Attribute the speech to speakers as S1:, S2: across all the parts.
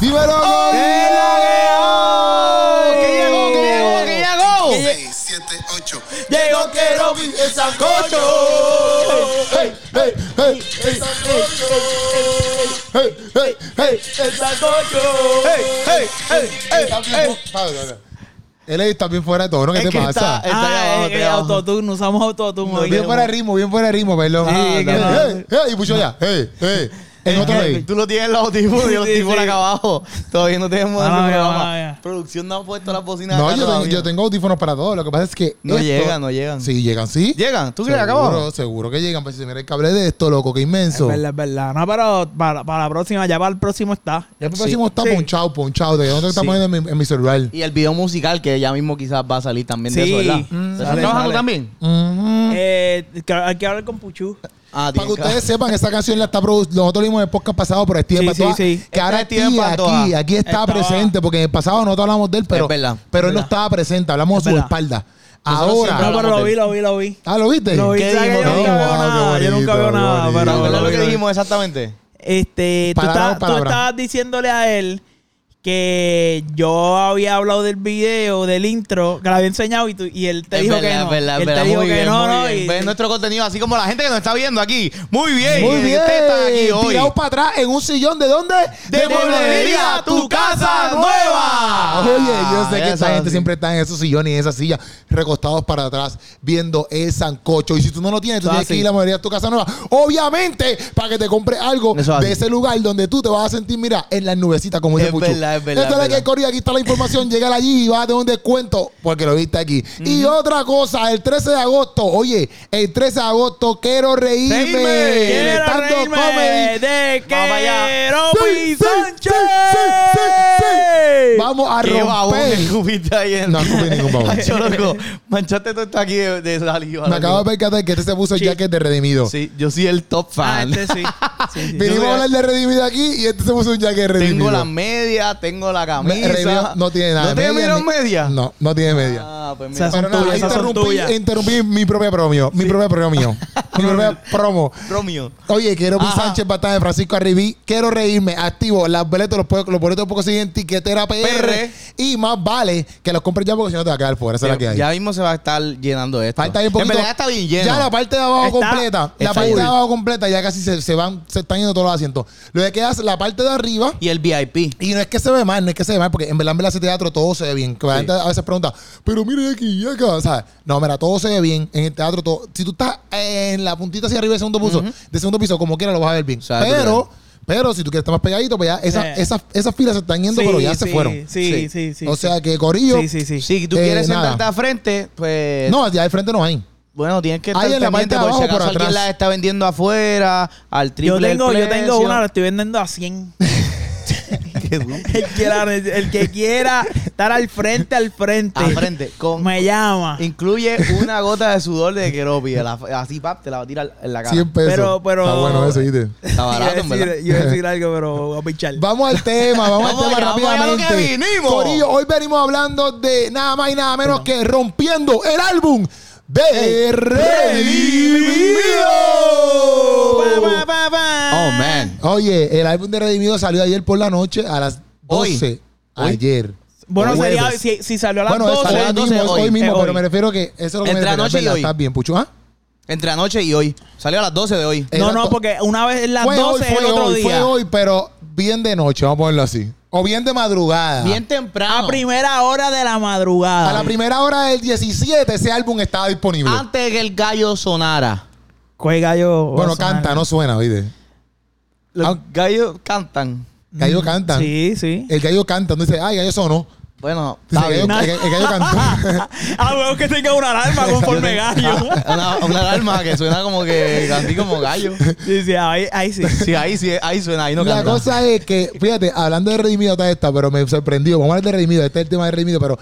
S1: ¡Dímelo, Goyo!
S2: ¡Que llegó, que llegó, que llegó!
S3: 6, 7, 8.
S1: Llegó que no vi el sancocho. Hey, hey, hey, el sancocho. Hey, hey, hey, el sancocho. Hey, hey, hey, hey, hey. Él está bien fuera de todo, ¿no? ¿Qué
S2: Es
S1: te
S2: que
S1: pasa?
S2: está,
S1: Bien
S2: está
S4: Ah,
S2: ahí abajo,
S4: es
S2: está ahí
S4: que
S2: abajo.
S4: autotune, usamos autotune. hoy.
S1: fuera de ritmo, bien fuera de ritmo, perdón.
S2: Sí,
S1: Hey,
S2: que no.
S1: hey, hey, eh, y mucho ya. Hey, hey. En otro ley.
S2: Eh, Tú lo tienes en los audífonos y los
S4: Sí,
S2: audífonos
S4: sí.
S2: acá abajo. Todavía no tenemos
S4: Mala
S2: ese
S4: mía,
S2: programa.
S4: mala mía.
S2: Producción no ha puesto las bocinas
S1: No,
S2: acá
S1: yo tengo,
S2: todavía.
S1: yo tengo audífonos para todo. Lo que pasa es que.
S2: No llegan, no llegan.
S1: Sí, llegan, sí.
S2: ¿Llegan? ¿Tú crees acá abajo?
S1: Seguro, seguro que llegan. Pues si mira el cable de esto, loco, qué
S4: Es
S1: inmenso.
S4: verdad, es verdad. No, pero para, para la próxima, ya para el próximo está.
S1: Ya el próximo está
S4: Sí.
S1: ponchado, ponchado. ¿De dónde está
S2: Sí.
S1: poniendo en mi, en mi celular?
S2: Y el video musical que ya mismo quizás va a salir también de
S4: Sí.
S2: eso, ¿verdad?
S4: Mm,
S2: ¿Estás
S4: sale,
S2: trabajando
S4: sale.
S2: también?
S1: Ujú.
S4: Eh, que- hay que hablar con Puchu.
S2: Ah,
S1: Para que
S2: tienen
S1: ustedes sepan, esa canción la está produciendo. Nosotros lo vimos en el podcast pasado, pero es tiempo
S4: Sí, sí, sí.
S1: Que ahora
S2: Este es Steven
S1: aquí,
S2: Pantoja.
S1: aquí, aquí está
S4: Estaba-
S1: presente, porque en el pasado nosotros hablamos de él, pero,
S2: Es verdad,
S1: pero él no
S4: verdad.
S1: estaba presente. Hablamos
S4: Es
S1: de su
S4: verdad.
S1: espalda.
S2: Nosotros
S1: Ahora.
S2: siempre
S4: No, pero
S2: hablamos
S4: lo
S2: de
S4: vi,
S2: él.
S4: lo vi, lo vi.
S1: Ah, ¿lo viste?
S4: Lo vi,
S2: ¿Qué
S4: o sea, que yo
S2: dijimos?
S4: nunca veo
S1: Ah, qué
S4: nada. Yo nunca veo
S1: bonito,
S4: nada.
S1: qué
S4: Pero,
S1: bonito.
S2: ¿Te acuerdas
S4: lo
S2: lo
S4: vi,
S2: que
S4: lo vi.
S2: dijimos exactamente?
S4: Este, tú,
S1: Palabra por
S4: estabas- tú
S1: palabra.
S4: estabas diciéndole a él que yo había hablado del video, del intro, que lo había enseñado y, tú, y él te
S2: Es
S4: dijo que
S2: verdad,
S4: no.
S2: es verdad, es
S4: él
S2: verdad.
S4: te dijo
S2: Muy
S4: que
S2: bien,
S4: no,
S2: muy
S4: no.
S2: bien.
S4: y-
S2: Ven nuestro contenido, así como la gente que nos está viendo aquí. Muy bien.
S1: Muy bien.
S2: Ustedes están aquí hoy.
S1: Tirados para atrás en un sillón de dónde?
S2: De mueblería, tu casa nueva.
S1: Oye, yo sé que
S2: Eso
S1: esa gente
S2: sí.
S1: siempre está en esos sillones y en esas sillas, recostados para atrás, viendo el sancocho. Y si tú no lo tienes, tú
S2: Eso
S1: tienes que
S2: así.
S1: ir a la mueblería de tu casa nueva. Obviamente, para que te compres algo
S2: Eso así.
S1: de ese lugar donde tú te vas a sentir, mira, en las nubecitas, como dice
S2: Es
S1: Puchu.
S2: verdad, es
S1: Esto
S2: verdad, es
S1: es lo que
S2: verdad.
S1: corría. Aquí está la información. Llega allí y vas a tener un descuento porque lo viste aquí. Y otra cosa, el 13 de agosto. Oye, el 13 de agosto quiero reírme.
S2: Reírme.
S4: Quiero
S1: Tanto
S4: reírme
S1: comedy.
S4: de
S2: Vamos allá.
S4: Queropi
S1: Sí, sí,
S4: Sánchez.
S1: sí, sí, sí. Vamos a
S2: Qué babón que
S1: romper.
S2: escupiste ahí en-
S1: No escupí ningún babón.
S2: Macho, loco, manchaste todo esto aquí de, de saliva,
S1: Me
S2: loco.
S1: acabo de percatar que este se puso el
S4: Sí.
S1: jacket de redimido.
S2: Sí, yo soy el top
S4: Ah,
S2: fan.
S4: este sí. Sí, sí.
S1: Vinimos
S2: Yo
S1: a
S2: voy a-
S1: hablar de redimido aquí y este se puso un jacket de redimido.
S2: tengo las medias, tengo la
S1: Me- redimido
S2: camisa.
S1: no tiene nada.
S2: ¿No te
S1: media
S2: dieron
S1: ni-
S2: media?
S1: No, no tiene media.
S2: Ah, pues
S4: O
S2: mira.
S4: sea,
S1: Pero
S4: son
S1: nada,
S4: tuyas, esas son
S1: interrumpí,
S4: tuyas.
S1: interrumpí mi propia promo. Mi propia promo. mi propia promo.
S2: Romeo.
S1: Oye, quiero mi
S2: Ajá.
S1: Sánchez Batán de Francisco Arribí. Quiero reírme. Activo. Las boletos, los, puedo- los boletos puedo conseguir en tiquetera PR.
S2: PR.
S1: Y más vale que los compres ya porque si no te va a quedar fuera. Esa es la que hay.
S2: Ya mismo se va a estar llenando esto.
S1: Falta bien poquito.
S2: En verdad está bien lleno.
S1: Ya la parte de abajo
S4: Está-
S1: completa. la
S2: está
S1: parte
S2: full.
S1: de abajo completa ya casi se, se van, se están yendo todos los asientos. Lo que queda es la parte de arriba.
S2: Y el VIP.
S1: Y no es que se ve mal, no es que se ve mal, porque en verdad, en verdad, ese teatro todo se ve bien. Que la gente a veces pregunta, pero mire aquí y acá, ¿sabes? No, mira, todo se ve bien. En el teatro, todo. Si tú estás en la puntita hacia arriba del segundo piso, de segundo piso, como quiera, lo vas a ver bien.
S2: Exacto,
S1: pero, pero si tú quieres estar más pegadito, pues ya esa-
S4: Sí.
S1: esas, esas filas se están yendo,
S4: Eh. Sí,
S1: pero ya se
S4: sí,
S1: fueron.
S4: Sí, sí, sí.
S1: o
S4: sí.
S1: sea que, Corillo.
S4: Sí, sí, sí.
S2: Si tú
S1: Eh,
S2: quieres
S1: nada.
S2: sentarte al frente, pues.
S1: No, allá al frente no hay.
S2: Bueno, tienes que estar
S1: Ahí en la
S2: pendiente
S1: parte de
S2: por si
S1: abajo, por
S2: acaso alguien
S1: atrás.
S2: la está vendiendo afuera, al triple
S4: Yo
S2: del
S4: tengo, yo tengo
S2: precio.
S4: una, la estoy vendiendo a 100.
S2: Qué duro.
S4: El que, la- el que quiera estar al frente, al frente.
S2: Al frente, con-
S4: Me llama.
S2: Incluye una gota de sudor de Keropi. de la- Así, pap, te la va a tirar en la cara.
S1: 100 pesos.
S4: Pero- pero-
S1: Está bueno eso, ¿viste?
S2: Está barato, en
S4: yo, iba a
S2: verdad.
S4: decir, yo iba a decir algo, pero voy a pichar.
S1: Vamos al tema, vamos al
S2: Vamos
S1: tema
S2: allá, vamos allá a lo
S1: rápidamente.
S2: que vinimos.
S1: Corillo, hoy venimos hablando de nada más y nada menos que rompiendo el álbum de
S4: Pa,
S1: Redimido.
S4: pa, pa, pa.
S2: Oh, man.
S1: Oye, el álbum de Redimido salió ayer por la noche a las 12.
S2: Hoy. Hoy.
S1: Ayer.
S4: Bueno,
S1: Hoy
S4: sería
S1: jueves.
S4: si, si salió a las
S1: pues. Bueno, es
S4: 12.
S1: hoy,
S2: a las 12
S1: mismo, es hoy
S2: Eh, hoy.
S1: mismo,
S4: Es
S1: pero
S4: hoy.
S1: me refiero que eso es lo que me
S2: Entre
S1: refiero. es
S2: anoche y
S1: verdad,
S2: hoy.
S1: Estás bien, Pucho. ¿Ah?
S2: Entre anoche y hoy. Salió a las 12 de hoy.
S4: No,
S1: Era
S4: no,
S1: to-
S4: porque una vez es las
S1: fue
S4: 12
S1: hoy,
S4: el
S1: fue
S4: otro
S1: hoy,
S4: día.
S1: fue hoy, pero bien de noche, vamos a ponerlo así. O bien de madrugada.
S2: Bien temprano.
S4: A primera hora de la madrugada.
S1: A la primera hora del 17 ese álbum estaba disponible.
S4: Ah,
S2: Antes que el gallo sonara.
S1: Ah.
S4: ¿Cuál gallo? va
S1: bueno,
S4: a sonar?
S1: canta, no suena, ¿viste?
S2: Los
S1: Ah.
S2: gallos cantan.
S1: Gallo canta.
S4: Mm,
S1: Eh.
S4: Sí, sí.
S1: El gallo canta, no dice, ay, gallo sonó.
S2: Bueno,
S1: Dice,
S2: está bien.
S1: el, gallo, el, el gallo cantó.
S4: Ah, huevo que tenga una alarma conforme gallo.
S2: Una, una alarma que suena como que cantí como gallo.
S4: Sí, sí, ahí, ahí sí.
S2: Sí, ahí sí, ahí suena, ahí no
S1: la
S2: canta.
S1: cosa es que, fíjate, hablando de Redimido, está esta, pero me sorprendió. Vamos a hablar de Redimido, este es el tema de Redimido, pero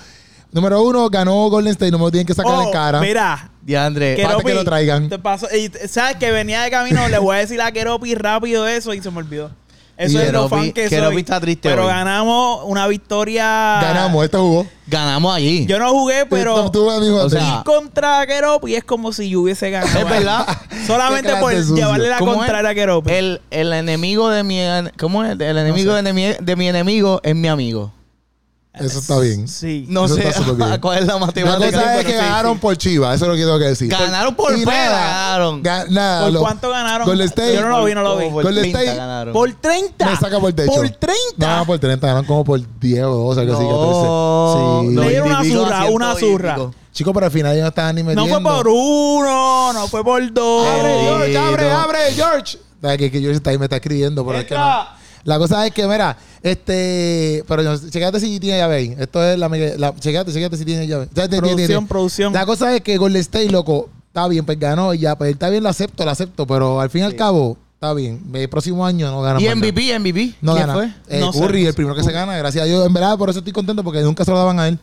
S1: número uno, ganó Golden State, no me lo tienen que sacar
S4: Oh,
S1: en cara.
S4: Mira,
S2: Diandre.
S1: Quiero-
S4: Keropi,
S1: que lo traigan.
S4: Te paso, y, ¿Sabes que venía de camino? Le voy a decir a Keropi rápido eso y se me olvidó. Eso es lo
S2: Keropi-
S4: fan que
S2: Keropi
S4: soy.
S2: está triste
S4: Pero
S2: hoy.
S4: ganamos una victoria.
S1: Ganamos, este jugó.
S2: Ganamos allí.
S4: Yo no jugué, pero
S1: Tú, tú, amigo,
S2: O
S1: te-
S2: sea,
S4: ir contra Keropi es como si yo hubiese ganado.
S2: es verdad.
S4: Solamente
S1: Qué
S4: por
S1: clase sucio. Eh,
S4: llevarle la
S2: ¿Cómo es?
S4: contraria a Keropi.
S2: El, el enemigo de mi en- ¿cómo es? El enemigo de, mi, de mi enemigo es mi amigo.
S1: eso está bien.
S4: Sí.
S2: No
S1: Eso
S2: sé
S1: está súper bien.
S2: cuál es la
S1: La cosa
S2: matemática.
S1: es
S2: pero
S1: que
S2: sí,
S1: ganaron
S2: sí.
S1: por Chivas, eso es lo que tengo que decir.
S2: Ganaron por
S1: y
S2: pela,
S1: nada,
S2: ganaron.
S1: ga- nada,
S4: ¿Por
S1: lo-
S4: cuánto ganaron?
S1: Golden State-
S4: Yo no lo vi, no lo vi.
S2: Como Oh, por
S1: Golden
S2: 30
S1: State-
S2: ganaron.
S4: Por 30.
S1: Me saca por el techo.
S4: Por 30.
S1: No, pues, por 30, ganaron como por 10 o 12, algo así, 14.
S2: No,
S1: Sí.
S2: no,
S4: Le dieron una
S2: individuos
S4: zurra,
S2: haciendo
S4: una zurra.
S2: hípico.
S1: Chicos, pero al final ya no estaban ni
S4: no
S1: metiendo. Eh,
S4: fue por uno, no fue por dos.
S1: ¡Abre, George! ¡Abre,
S2: Pero-
S1: abre, George! Sabe Que, que George está ahí me está escribiendo, pero es que no.
S4: Entra.
S1: La cosa es que, mira, este. Pero no, checate si tiene llave ahí. Esto es la. mega- la checate, checate si tiene llave. Ya, tiene- tiene-
S4: Producción,
S1: tiene.
S4: producción.
S1: La cosa es que Golden State, loco, está bien, pues ganó y ya, pues está bien, lo acepto, lo acepto, pero al fin y al cabo, está bien. El próximo año no gana. más
S2: Y
S1: nada.
S2: MVP, MVP.
S1: No
S2: ¿Quién
S1: gana.
S2: fue?
S1: Eh,
S4: No sé.
S1: Curry, el primero que se gana, gracias a Dios. En verdad, por eso estoy contento porque nunca se lo daban a él.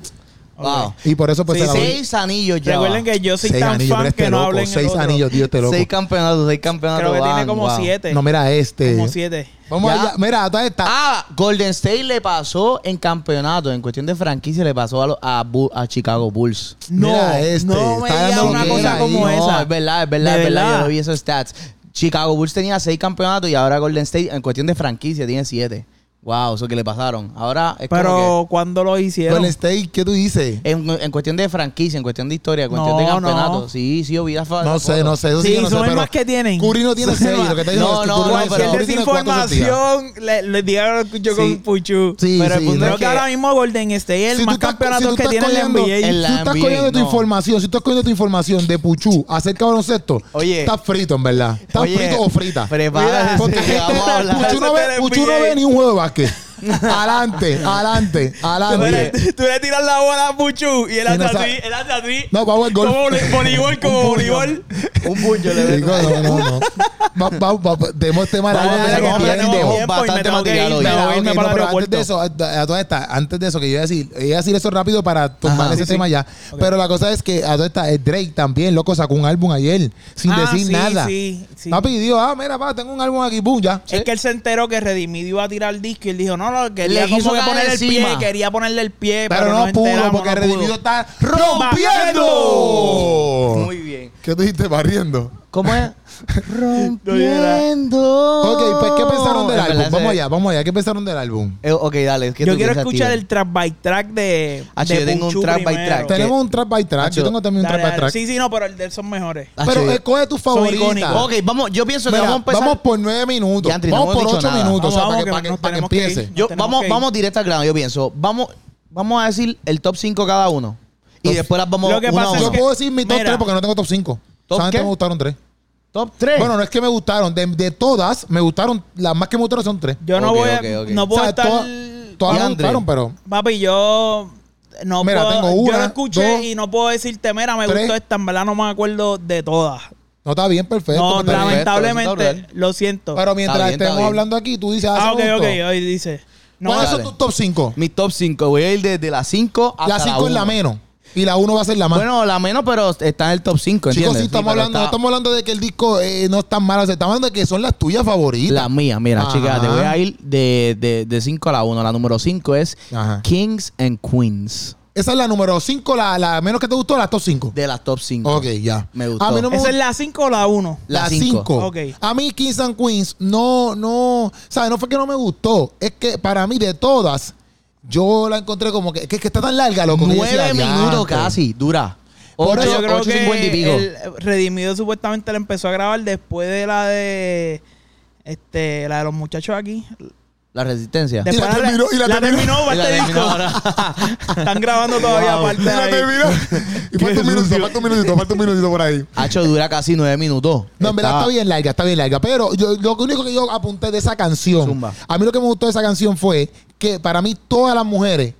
S2: Wow.
S1: Y por eso, pues,
S4: Sí,
S1: se la doy.
S2: Seis anillos ya.
S4: Recuerden que yo soy
S1: Seis
S4: tan
S1: anillos,
S4: fan
S1: pero este
S4: que no
S1: loco,
S4: hablen el
S1: Seis
S4: otro.
S1: anillos, tío, este loco.
S2: Seis campeonatos, seis campeonatos.
S4: Creo que tiene
S2: van,
S4: como
S2: wow.
S4: siete.
S1: No, mira, este.
S4: Como siete.
S1: Vamos
S2: Ya.
S1: allá. Mira, toda esta.
S2: Ah, Golden State le pasó en campeonato, en cuestión de franquicia, le pasó a, lo- a, Bu- a Chicago Bulls.
S4: No,
S1: Mira este,
S4: no me
S1: está
S4: digas
S1: dando
S4: una
S1: bien
S4: cosa
S1: ahí.
S4: como
S2: no,
S4: esa.
S2: es verdad, es verdad,
S4: De
S2: es verdad.
S4: verdad.
S2: Yo no vi esos stats. Chicago Bulls tenía seis campeonatos y ahora Golden State, en cuestión de franquicia, tiene siete. Wow, eso que le pasaron. Ahora es como
S4: Pero cuando lo hicieron.
S1: Golden State, ¿qué tú
S4: Eh,
S1: dices?
S2: que- en, en cuestión de franquicia, en cuestión de historia, en cuestión
S4: No,
S2: de campeonato.
S4: no.
S2: Sí, sí, yo vi la fa- la
S1: No sé,
S2: foto.
S1: no sé. Eso sí,
S4: Sí,
S1: que no sé,
S4: son
S1: pero
S4: más que tienen.
S1: Curry no tiene
S4: Son
S1: seis.
S4: más-
S1: Lo que te digo
S2: No,
S1: es que
S2: no,
S1: Curry
S2: no,
S1: tiene- Curry
S2: pero-
S4: Cualquier
S1: tiene cuatro sentidas.
S4: desinformación le, le diga yo
S1: Sí.
S4: con Puchu.
S1: Sí,
S4: pero el
S1: sí,
S4: punto
S1: no.
S4: es que ahora mismo Golden State es el
S1: Si tú
S4: más
S1: estás- si
S4: campeonato
S1: tú
S4: que
S1: estás
S4: tiene la
S1: cogiendo-
S4: NBA.
S2: En
S1: Si
S2: la
S1: tú estás
S2: NBA,
S1: cogiendo tu
S2: no.
S1: información, si tú estás cogiendo tu información de Puchu acerca de baloncesto,
S2: Oye.
S1: estás frito, en verdad. Estás
S2: Oye,
S1: frito o frita.
S2: Prepárate,
S1: Porque
S2: que vamos a
S1: este,
S2: hablar.
S1: Puchu no, ve,
S4: Eso
S1: Puchu no
S4: te
S1: ve ni un juego de básquet. adelante, adelante,
S4: Tú
S1: adelante.
S4: le, tú le tiras la bola a Puchu y él
S1: Sí, no
S4: hace
S1: sabe.
S4: así, él hace así.
S1: No, vamos al golf.
S4: Como vole- voleibol, como voleibol.
S2: Un bullo le
S1: Digo, no, no, no. Va- va- va- demos este tema
S2: Vamos,
S1: largo,
S2: tenemos-
S1: tenemos tiempo.
S2: tenemos tiempo y me
S4: bastante
S2: tengo que
S4: material
S2: ir,
S4: hoy.
S2: me
S1: Mira,
S4: voy a
S1: Ah, ok,
S4: irme
S1: no,
S4: para el
S1: pero antes
S4: aeropuerto.
S1: de eso, ah, a, a toda esta, antes de eso que yo iba a decir, iba a decir eso rápido para tumbar
S2: Ajá.
S1: ese
S2: Sí,
S1: tema ya. Pero la cosa es que a toda esta, el Drake también, loco, sacó un álbum ayer sin
S4: Ah,
S1: decir
S4: sí,
S1: nada.
S4: sí, sí.
S1: Papi dijo, ah, mira, pa, tengo un álbum aquí, boom, ya.
S4: Es que él se enteró que Redimido iba a tirar el disco y él dijo, no, no, quería
S2: Le quiso
S4: como que
S2: caer
S4: ponerle el pie,
S2: encima.
S4: quería ponerle el pie,
S1: pero, no,
S4: nos
S1: pudo
S4: enteramos,
S1: porque
S4: no pudo.
S1: Redimido está
S4: ¡Rompiendo!
S1: rompiendo.
S2: Muy bien.
S1: ¿Qué tú dijiste barriendo?
S2: ¿Cómo es?
S1: Rompiendo. Ok, pues ¿qué pensaron del
S2: En verdad,
S1: álbum?
S2: ese-
S1: Vamos allá, vamos allá. ¿Qué pensaron del álbum?
S2: Eh, ok, dale. ¿qué
S4: Yo
S2: tú
S4: quiero
S2: piensas,
S4: escuchar
S2: tío?
S4: el track by track de.
S2: Ah,
S4: de
S2: yo tengo un
S4: Puchu
S2: track by
S4: primero.
S2: track. Dale,
S1: Tenemos un track by track. Yo
S2: Nacho,
S1: tengo también un track
S4: dale,
S1: by
S4: dale.
S1: track.
S4: Sí, sí, no, pero el de él son mejores.
S2: Ah,
S1: Pero
S2: che.
S1: escoge tu
S4: icónicos.
S1: favorita.
S2: Ok, vamos, yo pienso que
S1: Mira,
S2: vamos a empezar.
S1: vamos por nueve minutos.
S2: Ya, Andri, no
S1: vamos
S2: hemos
S1: por
S2: dicho
S1: ocho
S2: nada.
S1: minutos. o sea,
S4: Vamos,
S1: para que,
S4: vamos,
S1: para que-
S4: que
S1: para que
S4: nos tenemos que
S1: empiece.
S4: ir.
S2: Yo,
S4: tenemos
S2: vamos,
S4: que ir.
S2: vamos directo al grano, yo pienso. Vamos, vamos a decir el top 5 cada uno. Y
S1: Top-
S2: después las vamos
S4: Lo que
S2: uno a
S4: pasa es
S2: uno.
S1: Yo
S4: que-
S1: puedo decir mi top
S4: Mira.
S1: 3 porque no tengo top 5.
S2: ¿Top
S1: ¿Saben
S2: qué?
S1: me gustaron tres?
S2: Top 3.
S1: Bueno, no es que me gustaron. De, de todas, me gustaron. Las más que me gustaron son tres.
S4: Yo no
S2: Ok,
S4: voy a.
S2: ok, ok.
S4: No
S1: O
S4: puedo
S1: sea,
S4: estar.
S1: todas- todas
S2: Y
S1: me
S2: Andre.
S1: gustaron, pero.
S4: Papi, yo. No
S1: Mira,
S4: puedo,
S1: tengo
S4: yo
S1: una,
S4: lo escuché
S1: dos,
S4: y no puedo decirte, mira, me
S1: tres.
S4: gustó esta, en verdad no me acuerdo de todas.
S1: No está bien, perfecto.
S4: no,
S1: está bien.
S2: lame-
S4: lamentablemente,
S2: perfecto,
S4: lo siento.
S1: Pero mientras
S2: Está bien, está
S1: estemos
S2: bien.
S1: hablando aquí, tú dices.
S4: ah,
S1: Ah,
S4: ok,
S1: me
S4: ok,
S1: gustó.
S4: hoy dice. No,
S1: ¿Cuáles son
S2: dale.
S1: tus top 5?
S2: Mi top 5, voy a ir desde la 5 hasta
S1: La 5 es la
S2: uno.
S1: menos. Y la 1 va a ser la más.
S2: Bueno, la menos, pero está en el top 5, ¿entiendes?
S1: Chicos, sí, estamos
S2: pero
S1: hablando, no
S2: está-
S1: estamos hablando de que el disco eh, no es tan malo, o sea, estamos hablando de que son las tuyas favoritas.
S2: La mía, mira,
S1: Ajá.
S2: chica, te voy a ir de 5 a la 1. La número 5 es
S1: Ajá.
S2: Kings and Queens,
S1: Esa es la número 5, la, la menos que te gustó, las top 5.
S2: de las top 5.
S1: Ok, ya.
S2: Me gustó.
S1: A mí no me
S4: ¿Esa
S1: gustó.
S4: es la 5 o la 1?
S2: la
S1: La
S2: cinco.
S1: 5.
S4: Ok.
S1: A mí Kings and Queens no, no, ¿sabes? No fue que no me gustó. Es que para mí de todas, yo la encontré como que, que, que está tan larga, loco. que yo decía,
S2: 9 minutos
S1: "Diantre".
S2: casi, dura.
S1: Por
S2: Ocho-
S1: eso
S4: yo creo
S2: ocho cincuenta y pico.
S4: que el Redimido supuestamente la empezó a grabar después de la de este la de los muchachos aquí.
S2: La resistencia.
S4: Después
S1: la terminó, y la terminó.
S4: terminó, parte
S2: Y la
S4: de
S2: terminó
S4: disco.
S2: ahora.
S4: Están grabando todavía
S2: Wow.
S4: parte
S1: Y la
S4: ahí.
S1: terminó. Y falta un minutito, falta un minutito, falta un minutito por ahí.
S2: Ha hecho dura casi 9 minutos.
S1: No, en verdad está bien larga, está bien larga. Pero yo, lo único que yo apunté de esa canción,
S2: Zumba.
S1: a mí lo que me gustó de esa canción fue que para mí todas las mujeres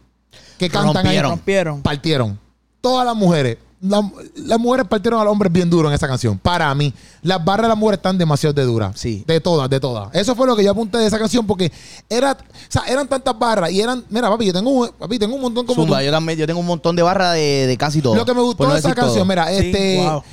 S1: que cantan
S2: Rompieron.
S1: ahí
S4: Rompieron.
S1: partieron. Todas las mujeres. la- las mujeres partieron al hombre bien duro en esa canción. Para mí, las barras de las mujeres están demasiado de duras.
S2: Sí.
S1: De todas, de todas. Eso fue lo que yo apunté de esa canción porque era, o sea, eran tantas barras y eran, mira, papi, yo tengo un, papi, tengo un montón como
S2: Zumba,
S1: tú.
S2: yo también yo tengo un montón de barra de, de casi todo.
S1: Lo que me gustó
S2: por no
S1: de esa
S2: decir todo.
S1: canción, mira,
S4: Sí,
S1: este,
S4: wow.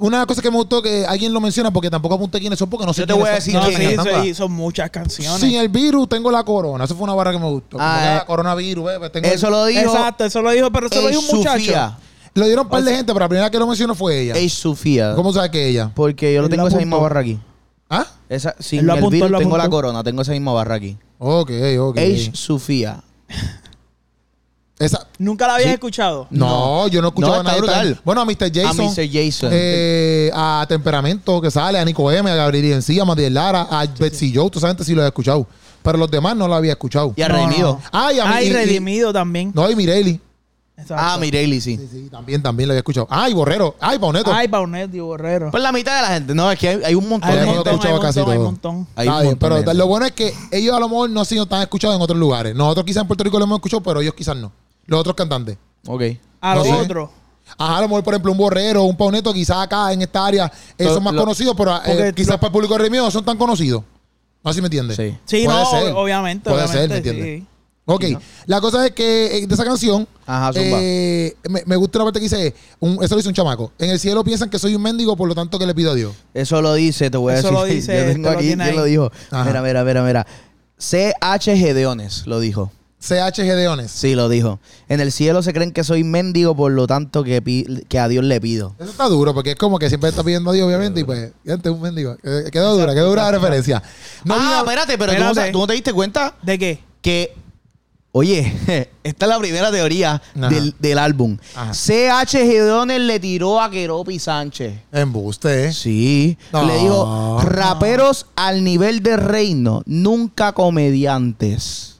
S1: una cosa que me gustó que alguien lo menciona porque tampoco apunté quiénes son porque no sé
S2: Yo te
S1: quiénes
S2: voy
S1: son.
S2: a decir
S4: No,
S2: quién
S4: sí,
S2: es,
S4: eso-
S2: Tampa.
S4: y son muchas canciones.
S1: Sin el virus tengo la corona. Eso fue una barra que me gustó. Como
S2: Ah,
S1: que,
S2: eh.
S1: coronavirus, eh, pues tengo
S2: Eso lo dijo
S4: Exacto, eso lo dijo, pero eso lo
S2: Ey
S4: dijo un muchacho.
S2: Sofía.
S1: Lo dieron un par de gente, pero la primera que lo mencionó fue ella.
S2: Ey Sofía.
S1: ¿Cómo sabes que ella?
S2: Porque yo lo
S4: Él
S2: tengo
S4: lo
S2: esa misma
S4: apuntó.
S2: barra aquí.
S1: ¿Ah?
S2: Esa, sin
S4: Él lo apuntó,
S2: el virus
S4: lo
S2: tengo la
S4: apuntó.
S2: corona, tengo esa misma barra aquí.
S1: Ok, ok.
S2: Ey Sofía.
S1: Esa.
S4: Nunca la habías
S2: Sí.
S4: escuchado.
S1: No, yo no he escuchado
S2: No,
S1: a nadie
S2: está
S1: tan-
S2: brutal.
S1: Bueno, a Mr. Jason.
S2: A Mr. Jason.
S1: eh, a Temperamento, que sale, a Nico M, a Gabriel Encía, a Matiel Lara, a Betsy Joe, tú sabes antes sí lo había escuchado. Pero los demás no lo había escuchado.
S2: y a
S4: No,
S2: Redimido.
S4: no.
S1: Ay, a mí-
S4: Ay,
S1: y- y-
S4: redimido también.
S1: No, y Mireli.
S4: Exacto.
S2: Ah, Mireli, sí.
S1: Sí, sí, también, también lo había escuchado. Ay, Borrero. Ay, Pauneto.
S4: Ay, Paunet y Borrero.
S2: Pues la mitad de la gente. No, es que hay, hay un montón
S4: Hay
S1: ya
S2: de
S4: un
S1: hemos
S2: gente.
S4: montón, hay
S1: escuchado
S4: un
S1: casi
S4: montón, hay un
S1: todo.
S4: montón.
S2: Hay
S1: Está
S2: un
S1: bien,
S2: montón
S1: pero
S2: de gente.
S1: lo bueno es que ellos a lo mejor no han sido tan escuchados en otros lugares. Nosotros quizás en Puerto Rico lo hemos escuchado, pero ellos quizás no. Los otros cantantes.
S2: Ok.
S4: A
S1: No
S4: los
S1: sé.
S4: otros.
S1: Ajá, a lo mejor, por ejemplo, un borrero, un pauneto, quizás acá en esta área eh,
S2: Lo-
S1: son más
S2: lo-
S1: conocidos, pero eh,
S4: Porque
S1: quizás para el público remio no son tan conocidos. No sé si me entiendes.
S2: Sí.
S4: Sí,
S1: Puede
S4: no,
S1: ser.
S4: ob- obviamente.
S1: Puede ser,
S4: obviamente,
S1: ¿me entiendes?
S4: sí.
S1: Ok, la cosa es que eh, de esa canción,
S2: Ajá, zumba.
S1: eh, me, me gusta la parte que dice, un, eso lo dice un chamaco, en el cielo piensan que soy un mendigo, por lo tanto que le pido a Dios.
S2: Eso lo dice, te voy a
S4: Eso
S2: decir.
S4: lo dice,
S2: Yo tengo
S4: te lo
S2: aquí,
S4: tiene
S2: ¿quién
S4: ahí.
S2: lo dijo?
S1: Ajá.
S2: Mira, mira, mira, mira. CH Gedeones lo dijo.
S1: CH Gedeones.
S2: Sí, lo dijo. En el cielo se creen que soy mendigo, por lo tanto que, pi- que a Dios le pido.
S1: Eso está duro, porque es como que siempre está pidiendo a Dios, obviamente, y pues, gente, un mendigo. Eh, Quedó dura, quedó dura la referencia. No,
S2: ah,
S1: diga-
S2: espérate, pero tú no
S4: espérate.
S2: sa- ¿tú, no te diste cuenta
S4: ¿De qué?
S2: que. Oye, esta es la primera teoría
S1: Ajá.
S2: del, del álbum.
S1: Ajá.
S2: CH Gedeones le tiró a Keropi Sánchez.
S1: Embuste, eh.
S2: Sí.
S1: No.
S2: Le dijo: raperos al nivel de reino, nunca comediantes.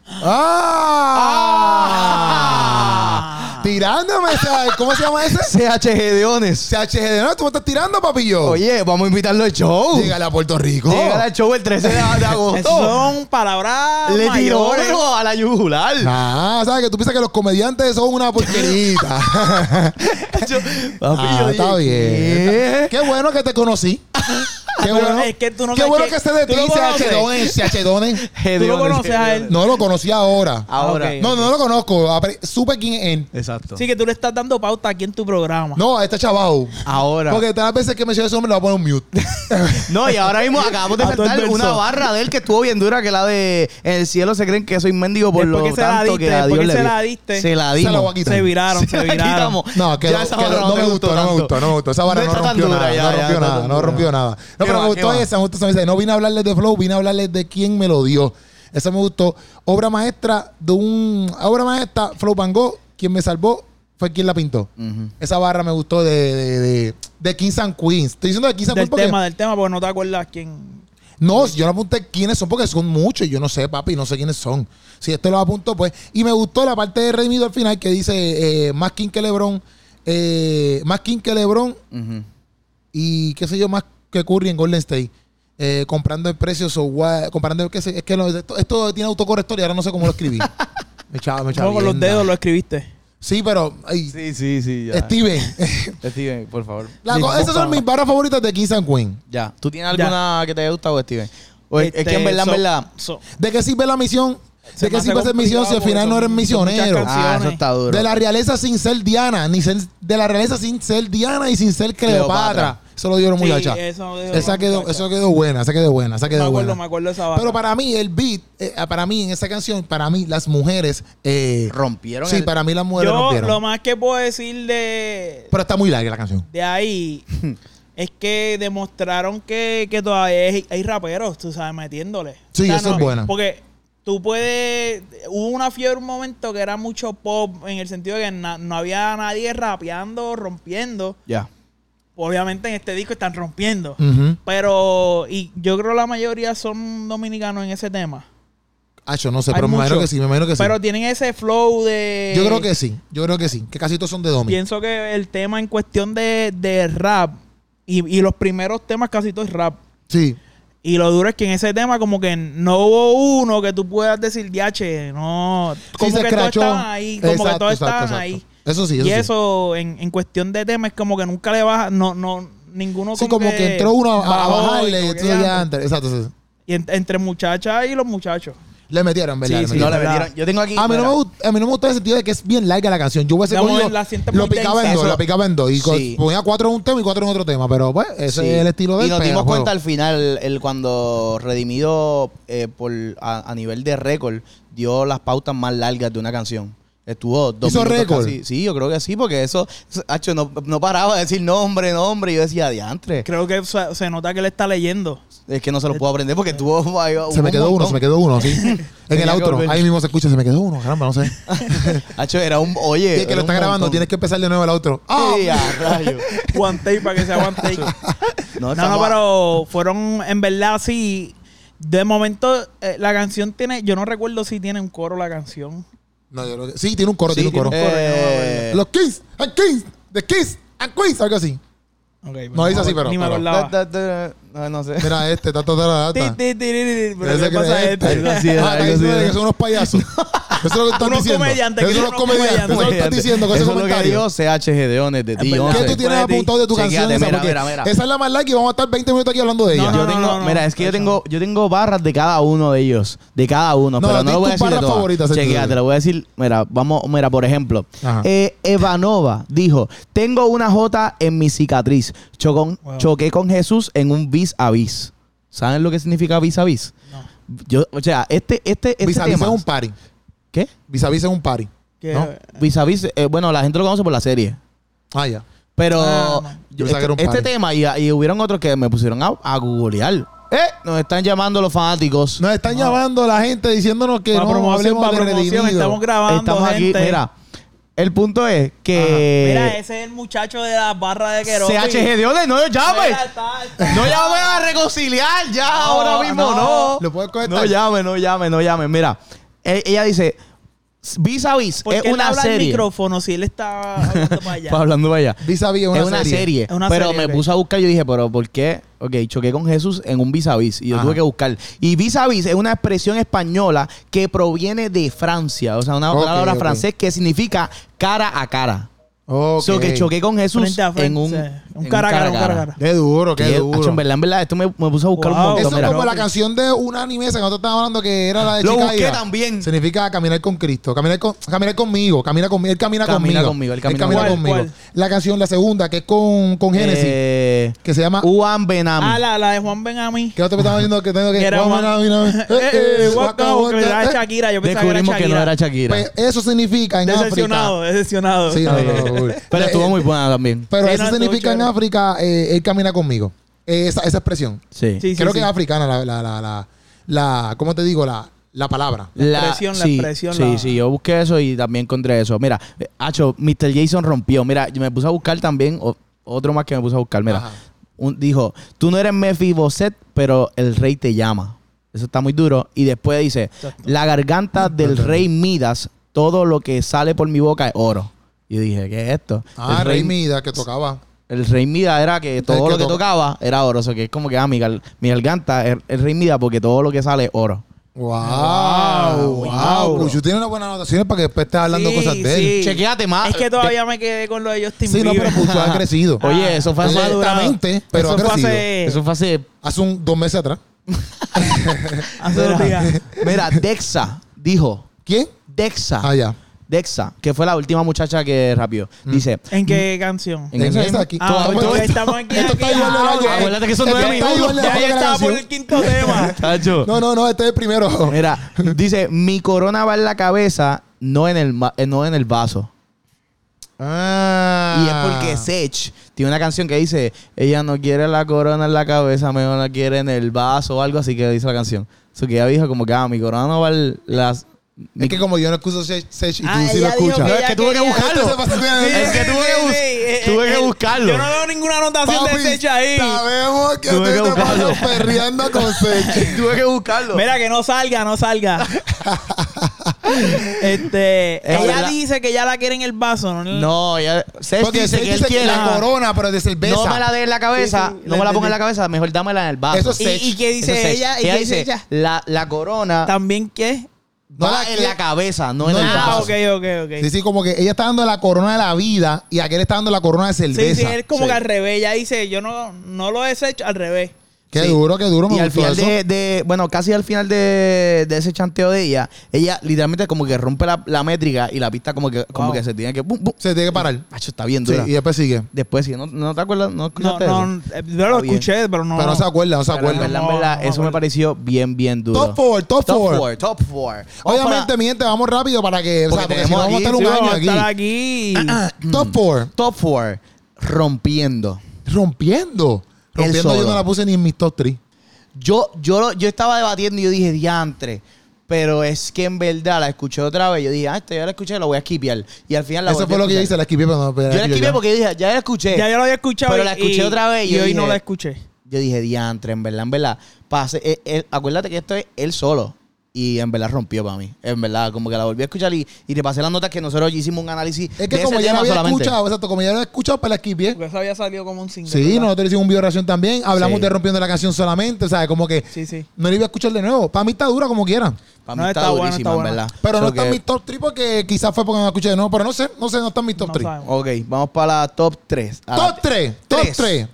S1: ¡Ah! Tirándome, esa- ¿cómo se llama ese?
S2: CH Gedeones.
S1: CHG de no, tú me estás tirando, papillo.
S2: Oye, vamos a invitarlo al show.
S1: Llegale a Puerto Rico.
S2: Llega al show el 13 de, de
S4: Esas
S2: agosto.
S4: son palabras.
S2: Le tiró
S4: mayores.
S2: pero a la yugular.
S1: Ah, ¿sabes que tú piensas que los comediantes son una porquerita?
S2: Yo- Papi,
S1: Ah,
S2: yo
S1: está
S2: dije,
S1: bien. Qué bueno que te conocí. Qué
S4: Pero
S1: bueno.
S4: es que tú no
S1: Qué
S4: sabes
S1: bueno
S4: que-
S1: que sé de
S4: tú
S1: ti,
S4: lo
S1: CH
S4: conoces.
S1: Donen, CH Donen.
S2: ¿Qué?
S4: Tú lo conoces a él.
S1: No lo conocí ahora.
S2: Ahora.
S4: Ah, ok.
S1: No, no lo conozco. Apre- Supe quién es él.
S2: Exacto.
S4: Sí, que tú le estás dando pauta aquí en tu programa.
S1: No, a este chaval.
S2: Ahora.
S1: Porque todas las veces que me lleve ese hombre le voy a poner un mute.
S2: No, y ahora mismo acabamos de
S4: A todo el
S2: saltar
S4: verso.
S2: una barra de él que estuvo bien dura, que la de En el cielo se creen que soy mendigo por
S4: Después
S2: lo
S4: que se la
S2: tanto
S4: diste,
S2: que a
S4: después
S2: Dios
S4: que
S2: le
S4: se
S2: di-
S4: la diste.
S2: Se la
S1: Se
S2: dimos.
S1: la voy a quitar.
S4: Se viraron, se
S2: la
S4: viraron.
S2: quitamos.
S1: No, quedó,
S2: Ya esa
S1: quedó-
S2: barra
S1: no,
S2: no
S1: me
S2: te
S1: gustó, no
S2: gustó
S1: me
S2: tanto.
S1: gustó, no me gustó. Esa barra
S2: No
S1: no,
S2: está tan
S1: rompió
S2: dura,
S1: nada, no
S2: ya, ya,
S1: rompió
S2: está
S1: nada,
S2: tan
S1: no
S2: dura.
S1: rompió nada. No,
S2: ¿Qué
S1: pero me
S2: más,
S1: gustó
S2: qué más?
S1: esa, me gustó esa. me dice, No vine a hablarles de Flow, vine a hablarles de quién me lo dio. Esa me gustó. Obra maestra de un... Obra maestra, Flow Van Gogh, quien me salvó fue quien la pintó.
S2: Ujú.
S1: Esa barra me gustó de, de, de, de Kings and Queens. Estoy diciendo de Kings and
S4: Del
S1: Queens porque...
S4: tema, del tema, porque no te acuerdas quién.
S1: No, yo no apunté quiénes son porque son muchos. Yo no sé, papi, no sé quiénes son. Si este lo apunto, pues. Y me gustó la parte de Redimido al final que dice eh, más King que Lebron, eh, más King que Lebron
S2: Ujú.
S1: y qué sé yo, más que Curry en Golden State. Eh, comprando el precio, so what- comprando qué sé, es que lo- esto, esto tiene autocorrector y ahora no sé cómo lo escribí. me echaba, me echaba
S4: No, con los
S1: mierda.
S4: dedos lo escribiste.
S1: Sí, pero. ay,
S2: Sí, sí, sí. Ya.
S1: Steven.
S2: Steven, por favor.
S1: La
S4: Sí,
S1: co-
S4: por
S1: esas son
S4: favor.
S1: mis barras favoritas de Kings and Queen.
S2: Ya. ¿Tú tienes alguna que te haya gustado, Steven? O es- es que en verdad, en
S4: Este, so-
S2: verdad.
S4: so-
S1: ¿De qué sirve la misión?
S4: Se
S1: ¿De qué
S4: me hace
S1: sirve esa misión si al
S4: complicado
S1: final no
S4: porque
S1: eres
S4: son- son muchas
S1: misionero?
S4: canciones.
S2: Ah, eso está duro.
S1: De la realeza sin ser Diana, ni ser- de la realeza sin ser Diana y sin ser Cleopatra.
S2: Cleopatra.
S1: Eso lo dieron
S4: Sí,
S1: muchacha.
S4: eso lo
S1: esa
S4: dieron
S1: quedó,
S4: muchacha.
S1: eso quedó buena, esa quedó buena, esa
S4: me
S1: quedó
S4: acuerdo, me
S1: buena.
S4: acuerdo de esa barra.
S1: Pero para mí, el beat, eh, para mí, en esa canción, para mí, las mujeres. eh,
S2: Rompieron
S1: sí,
S2: el-
S1: para mí las mujeres
S4: Yo
S1: rompieron.
S4: lo más que puedo decir de,
S1: Pero está muy larga la canción.
S4: de ahí es que demostraron que, que todavía hay, hay raperos, tú sabes, metiéndole.
S1: Sí, eso es buena.
S4: Porque tú puedes... Hubo una fiebre un momento que era mucho pop en el sentido de que na- no había nadie rapeando, rompiendo.
S2: Ya.
S4: Obviamente en este disco están rompiendo.
S1: Ujú.
S4: Pero y yo creo la mayoría son dominicanos en ese tema.
S1: Ah, yo no sé,
S4: Hay
S1: pero me imagino
S4: mucho.
S1: que sí, me imagino que sí.
S4: Pero tienen ese flow de...
S1: yo creo que sí, yo creo que sí, que casi todos son de Domi.
S4: Pienso que el tema en cuestión de, de rap y, y los primeros temas casi todo es rap.
S1: Sí.
S4: Y lo duro es que en ese tema como que no hubo uno que tú puedas decir, diache, no.
S1: se
S4: Como que todos
S1: escrachó.
S4: estaban ahí, como
S1: Exacto,
S4: que todos
S1: exacto,
S4: estaban
S1: exacto.
S4: ahí.
S1: Eso sí, eso
S4: y
S1: sí.
S4: eso, en, en cuestión de tema, es como que nunca le baja, no, no, ninguno
S1: Sí, como que, entró uno a, a
S4: bajó y
S1: bajarle y
S4: como que
S1: entonces ya
S4: ya-
S1: entra. Exacto, sí, sí.
S4: Y en- entre muchachas y los muchachos.
S1: Le metieron, ¿verdad?
S4: Sí,
S1: Le
S4: sí,
S1: metieron.
S2: no le
S4: ¿verdad?
S2: metieron. Yo tengo aquí.
S1: a, mí no me
S2: mira,
S1: gust- a mí no me gustó en el sentido de que es bien larga la canción. Yo hubiese
S4: La mujer
S1: cogido.
S4: la siente
S1: Lo
S4: muy
S1: picaba en
S4: densa,
S1: dos,
S4: eso-
S1: lo picaba en dos. Y co-
S2: Sí.
S1: ponía cuatro en un tema y cuatro en otro tema. Pero pues, ese
S2: sí.
S1: es el estilo de
S2: Y nos dimos cuenta al final, el, cuando Redimido, eh, por, a, a nivel de récord, dio las pautas más largas de una canción. Estuvo dos
S1: ¿Hizo
S2: minutos
S1: récord?
S2: casi. Sí, yo creo que sí, porque eso, hacho, no, no paraba de decir nombre, nombre. Y yo decía, diantre.
S4: Creo que se, se nota que le está leyendo.
S2: Es que no se lo puedo aprender porque estuvo.
S1: Se me quedó uno, se me quedó uno, sí. en el
S2: Tenía que
S1: outro.
S2: volver.
S1: Ahí mismo se escucha, se me quedó uno. Caramba, no sé.
S2: Hacho, era un. Oye.
S1: Y el que
S2: era
S1: lo está
S2: un
S1: grabando,
S2: montón.
S1: tienes que empezar de nuevo el outro. ¡Ah!
S2: Sí, a rayo.
S4: One take para que sea one take.
S2: No,
S4: No,
S2: estamos-
S4: no, pero fueron, en verdad, sí. De momento, eh, la canción tiene, yo no recuerdo si tiene un coro la canción.
S1: No, yo creo que- Sí, tiene un coro,
S2: Sí,
S1: tiene un coro.
S2: tiene un coro, eh,
S1: Los Kings, and Kings, The Kings, and Queens, algo así.
S4: Okay,
S1: No, dice así, pero-
S4: Ni me
S1: pero-
S2: Da,
S4: acordaba.
S2: da, da, no, no sé.
S1: Mira, este, ta, ta, ta, ta,
S4: Ti,
S1: ta.
S4: ti, ti, ti, ti, Pero
S1: Ese que
S4: ¿qué le pasa a
S1: es este.
S4: este?
S2: Algo así era,
S1: Ah,
S2: algo
S1: está
S2: así
S1: diciendo
S2: era.
S1: que son unos payasos. Eso es lo que están
S4: Unos
S1: diciendo.
S4: comediantes, que
S1: Eso son los
S4: son
S1: comediantes. Eso es lo que están
S4: comediantes.
S1: diciendo con ese
S2: Eso es lo que
S1: comentario.
S2: dio CH Gedeones de ti.
S4: verdad.
S1: ¿Qué
S4: Hace.
S1: tú tienes
S4: Puede
S1: apuntado de tu
S2: Chequéate,
S1: canción? esa?
S2: mira,
S1: Porque
S2: mira, mira.
S1: Esa es la más like y vamos a estar 20 minutos aquí hablando de ella.
S4: No,
S2: Yo
S4: no,
S2: tengo,
S4: no,
S2: mira, es que yo
S4: eso
S2: tengo, yo tengo barras de cada uno de ellos, de cada uno,
S1: No,
S2: pero
S1: di
S2: no lo
S1: tus
S2: voy a decir de
S1: barras
S2: todas.
S1: favoritas, entonces.
S2: Chequea, te lo voy a decir, mira, vamos, mira, por ejemplo,
S1: Ajá.
S2: eh, Evanova dijo, tengo una J en mi cicatriz, Chocón-
S4: Wow.
S2: choqué con Jesús en un vis a vis. ¿Saben lo que significa vis a vis?
S4: No.
S2: Yo, o sea, este, este, este
S1: Vis a vis es
S2: tema,
S1: un party.
S2: ¿qué?
S1: Vis a vis es un party.
S4: Que-
S1: No.
S2: Vis a vis, eh, bueno, la gente lo conoce por la serie.
S1: Ah, ya.
S2: Pero
S4: Ah, no.
S1: Yo pensaba que era
S2: este,
S1: un
S2: este
S1: party.
S2: tema y, y hubieron otros que me pusieron a, a googlear. Eh, nos están llamando los fanáticos.
S1: Nos están
S4: No.
S1: llamando la gente diciéndonos que
S4: Pa'
S1: no
S4: promoción,
S1: hablemos
S4: pa'
S1: de
S4: promoción,
S1: redimido.
S4: estamos grabando.
S2: Estamos aquí,
S4: gente.
S2: mira. eh, El punto es
S4: Ajá. Mira,
S2: que
S4: ese es el muchacho de la barra de Queropi.
S2: CHG Dios, no lo llames.
S4: Mira, está, está.
S2: No llames a reconciliar ya ahora mismo, no.
S4: no.
S1: Lo puedes coger
S2: No
S1: tal.
S2: llames, no llames, no llames. Mira, e- ella dice, vis a vis,
S4: ¿Por
S2: es
S4: qué él
S2: una
S4: habla al
S2: serie.
S4: micrófono si él está hablando para allá?
S2: Pa' hablando para allá.
S1: Vis a vis es
S2: es una serie.
S4: Es una
S2: pero
S4: serie,
S2: me
S4: ok.
S2: puse a buscar y yo dije, pero ¿por qué? Ok, choqué con Jesús en un vis a vis y yo
S1: Ajá.
S2: tuve que buscar. Y vis a vis es una expresión española que proviene de Francia, o sea, una
S1: Ok,
S2: palabra
S1: ok.
S2: francés que significa cara a cara.
S1: Ok.
S2: So que choqué con Jesús
S4: Frente a frente,
S2: en un,
S4: sí.
S2: en
S4: Un cara a cara, un cara a cara.
S1: Qué duro,
S2: Y
S1: qué
S2: es- acho,
S1: duro.
S2: en verdad, en verdad, esto me, me puse a buscar
S4: Wow.
S2: un
S1: Eso
S2: montón.
S1: es
S2: mira.
S1: como la canción de un anime esa que nosotros estábamos hablando que era la de
S2: Lo
S1: Chicago.
S2: busqué también.
S1: Significa caminar con Cristo, caminar, con, caminar conmigo, caminar conmigo, él camina,
S2: Camina
S1: conmigo.
S2: conmigo, él camina
S1: conmigo.
S4: conmigo. ¿Cuál,
S1: La canción, la segunda, que es con, con Génesis,
S2: Eh,
S1: que se llama...
S2: Juan Benami.
S4: Ah, la, la de Juan Benami.
S1: que nosotros estamos diciendo que tengo que...
S4: Que era
S1: Vamos,
S4: Juan-
S1: mira, mira, eh, eh,
S4: Eh, eh,
S1: waka,
S4: guaca,
S1: waka,
S4: que era
S1: eh.
S4: Shakira. Yo pensaba que era
S2: Descubrimos
S4: Shakira.
S2: que no era Shakira.
S1: Pues eso significa en
S4: Decepcionado, decepcionado.
S1: África... Sí, no, no, no,
S2: pero
S1: eh,
S2: estuvo muy buena también.
S1: Pero
S4: Sí,
S1: eso
S4: no, estuvo
S1: significa en
S4: chévere.
S1: África, eh, él camina conmigo. Eh, esa, esa expresión.
S2: Sí.
S4: Sí, sí,
S1: Creo que
S4: sí.
S1: es africana la, la, la, la, la- ¿Cómo te digo? La, la palabra.
S4: La expresión, la expresión,
S2: Sí,
S4: la-
S2: sí, yo busqué eso y también encontré eso. Mira, eh, Acho, Mr. Jason rompió. Mira, yo me puse a buscar también, o- otro más que me puse a buscar. Mira,
S1: Ajá.
S2: un- dijo, tú no eres Mefiboset, pero el rey te llama. Eso está muy duro. Y después dice,
S4: Exacto.
S2: la garganta del rey Midas, todo lo que sale por mi boca es oro. Y yo dije, ¿qué es esto?
S1: Ah,
S2: el
S1: Rey Mida, que tocaba.
S2: El rey Midas era que todo
S1: que
S2: lo que
S1: toca.
S2: tocaba era oro. O sea, que es como que, ah, mi, gal- mi garganta es el rey Midas porque todo lo que sale es oro.
S1: Wow,
S4: Wow,
S1: wow.
S4: wow.
S1: Puchu tiene unas buenas anotaciones para que después estés hablando
S4: Sí,
S1: cosas de él.
S4: Sí.
S2: Chequeate más.
S4: Es que todavía me quedé con lo de Justin
S1: Ah, Sí, no,
S4: Bieber.
S1: pero Puchu ha crecido.
S2: Oye, eso fue hace-
S1: Lentamente, pero
S4: Eso
S1: ha
S4: fue
S1: crecido.
S4: hace-
S2: Eso fue hace.
S1: Hace un, dos meses atrás.
S4: Hace dos días.
S2: Mira, Dexa dijo.
S1: ¿Quién?
S2: Dexa.
S1: Ah, ya.
S2: Dexa, que fue la última muchacha que rapió. Dice.
S4: ¿En qué canción?
S2: En-
S1: Esa
S2: el-
S1: es Mm. aquí.
S4: Ah,
S1: Todo-
S4: porque
S1: todo esto-
S4: estamos aquí,
S1: Esto está
S4: aquí.
S1: igual
S4: Ah,
S1: al año.
S2: acuérdate que son
S1: Esto
S2: nueve
S1: está
S2: minutos.
S1: igual al
S4: Ya
S1: año
S4: yo
S1: que la
S4: estaba por
S1: canción.
S4: el quinto tema.
S2: Tacho.
S1: No, no, no, este es el primero.
S2: Mira, dice: Mi corona va en la cabeza, no en el, ma- eh, no en el vaso. Y es
S1: Ah.
S2: porque Sech tiene una canción que dice: Ella no quiere la corona en la cabeza, mejor la quiere en el vaso o algo así que dice la canción. Eso que ella dijo, como que, ah, mi corona no va en las. mi-
S1: Es que como yo no escucho Sech Sech y tú
S4: Ah,
S1: sí lo
S4: ella dijo
S1: escuchas.
S4: que
S2: No, es que tuve que
S4: quería-
S2: buscarlo.
S1: Entonces, pasa-
S2: Es que tuve que bus-
S4: Eh, eh,
S2: tuve que
S4: eh,
S2: buscarlo.
S4: Yo no veo ninguna anotación
S1: Papi,
S4: de Secha ahí.
S1: Sabemos que
S2: Tuve
S1: usted
S2: que
S1: te
S2: buscarlo.
S1: pasa perreando con Sech.
S2: Tuve que buscarlo.
S4: Mira, que no salga, no salga. este,
S2: Es
S4: ella
S2: verdad.
S4: dice que ya la quiere en el vaso, ¿no?
S2: No, ya. Sech
S1: Porque
S2: dice
S1: Sech
S2: que él
S1: dice que
S2: quiere.
S1: la corona, pero de cerveza.
S2: No me la dé en la cabeza,
S4: Sí, sí,
S2: no me la
S4: la
S2: ponga
S4: entendí.
S2: en la cabeza, mejor dámela en el vaso.
S1: Eso es
S4: ¿Y,
S1: Sech.
S4: y qué dice
S2: Eso es Sech.
S4: ella? ¿Y qué dice ella?
S2: La, la corona
S4: ¿También qué?
S2: No
S1: va
S2: la- en la cabeza, no, en el
S4: Ah,
S2: vaso.
S4: ok, ok, ok.
S1: Sí, sí, como que ella está dando la corona de la vida y aquel está dando la corona de
S4: Sí,
S1: cerveza.
S4: sí, es como
S2: Sí.
S4: que al revés. Ya dice, yo no, no lo he hecho al revés.
S1: Qué
S2: Sí.
S1: duro, qué duro, me
S2: Y al
S1: gustó
S2: final
S1: eso.
S2: de, de- bueno, casi al final de, de ese chanteo de ella, ella literalmente como que rompe la, la métrica y la pista como que, como
S4: Wow.
S2: que se tiene que, pum, pum.
S1: Se tiene que parar.
S2: Macho, está bien
S1: Sí,
S2: dura.
S1: y después sigue.
S2: Después, si no, no te acuerdas, no
S4: No,
S2: escuchaste eso.
S4: no, eh, yo lo
S2: Está bien.
S4: escuché, pero no.
S1: Pero no se acuerda, no se
S2: Pero en
S1: acuerda.
S2: verdad, en
S4: No,
S2: verdad,
S4: no me
S2: eso me
S4: acuerdo.
S2: pareció bien, bien duro.
S1: Top four, top four.
S2: top four. Vamos
S1: Obviamente,
S2: para
S1: mi gente, vamos rápido para que. o sea,
S2: Porque
S1: porque si
S2: tenemos
S1: no, vamos a
S2: aquí,
S1: estar
S4: Sí,
S1: un
S4: vamos
S1: año
S4: a
S1: aquí. Ah,
S4: estar aquí.
S1: Top four.
S2: top four. Rompiendo.
S1: Rompiendo.
S2: Él
S1: Rompiendo yo
S2: solo.
S1: no la puse ni en mis top 3.
S2: Yo, yo, lo- yo estaba debatiendo y yo dije, diantre. Pero es que en verdad la escuché otra vez. Yo dije, ah, esta ya la escuché, la voy a skipear. Y al final la
S1: Eso
S2: volví
S1: fue
S2: a
S1: lo que yo
S2: escuchar.
S1: hice, la esquipé. Pero no, pero
S2: Yo la esquipé
S1: ya.
S2: porque yo dije, ya la escuché.
S4: Ya yo lo había escuchado.
S2: Pero
S4: y-
S2: la escuché
S4: y-
S2: otra vez y
S4: Y,
S2: yo
S4: hoy no
S2: dije-
S4: la escuché.
S2: Yo dije, diantre, en verdad, en verdad. Pase, eh, eh, acuérdate que esto es él solo. Y en verdad rompió para mí. En verdad, como que la volví a escuchar y, y te pasé las notas que nosotros hicimos un análisis.
S1: Es
S2: de
S1: que
S2: ese
S1: como ya la
S2: tema
S1: había
S2: solamente.
S1: escuchado, exacto, como ya la había escuchado, pues la esquipé.
S4: Porque eso había salido como un single.
S1: Sí,
S4: ¿verdad?
S1: nosotros hicimos un video reacción también. Hablamos
S2: Sí.
S1: de rompiendo la canción solamente, ¿sabes? Como que
S4: Sí, sí.
S1: no la iba a escuchar de nuevo. Para mí está dura como quiera.
S2: Para mí
S4: No,
S2: está,
S4: está bueno,
S2: durísima,
S4: está
S2: en
S4: bueno.
S2: verdad.
S1: Pero no
S2: So
S1: está en
S2: que-
S1: mis top 3 porque quizás fue porque no la escuché de nuevo. Pero no sé, no sé, no está en mis top
S4: No
S1: 3.
S4: sabemos. Ah,
S2: Ok, vamos para la top 3.
S1: Top 3, top
S2: Tres.
S1: 3.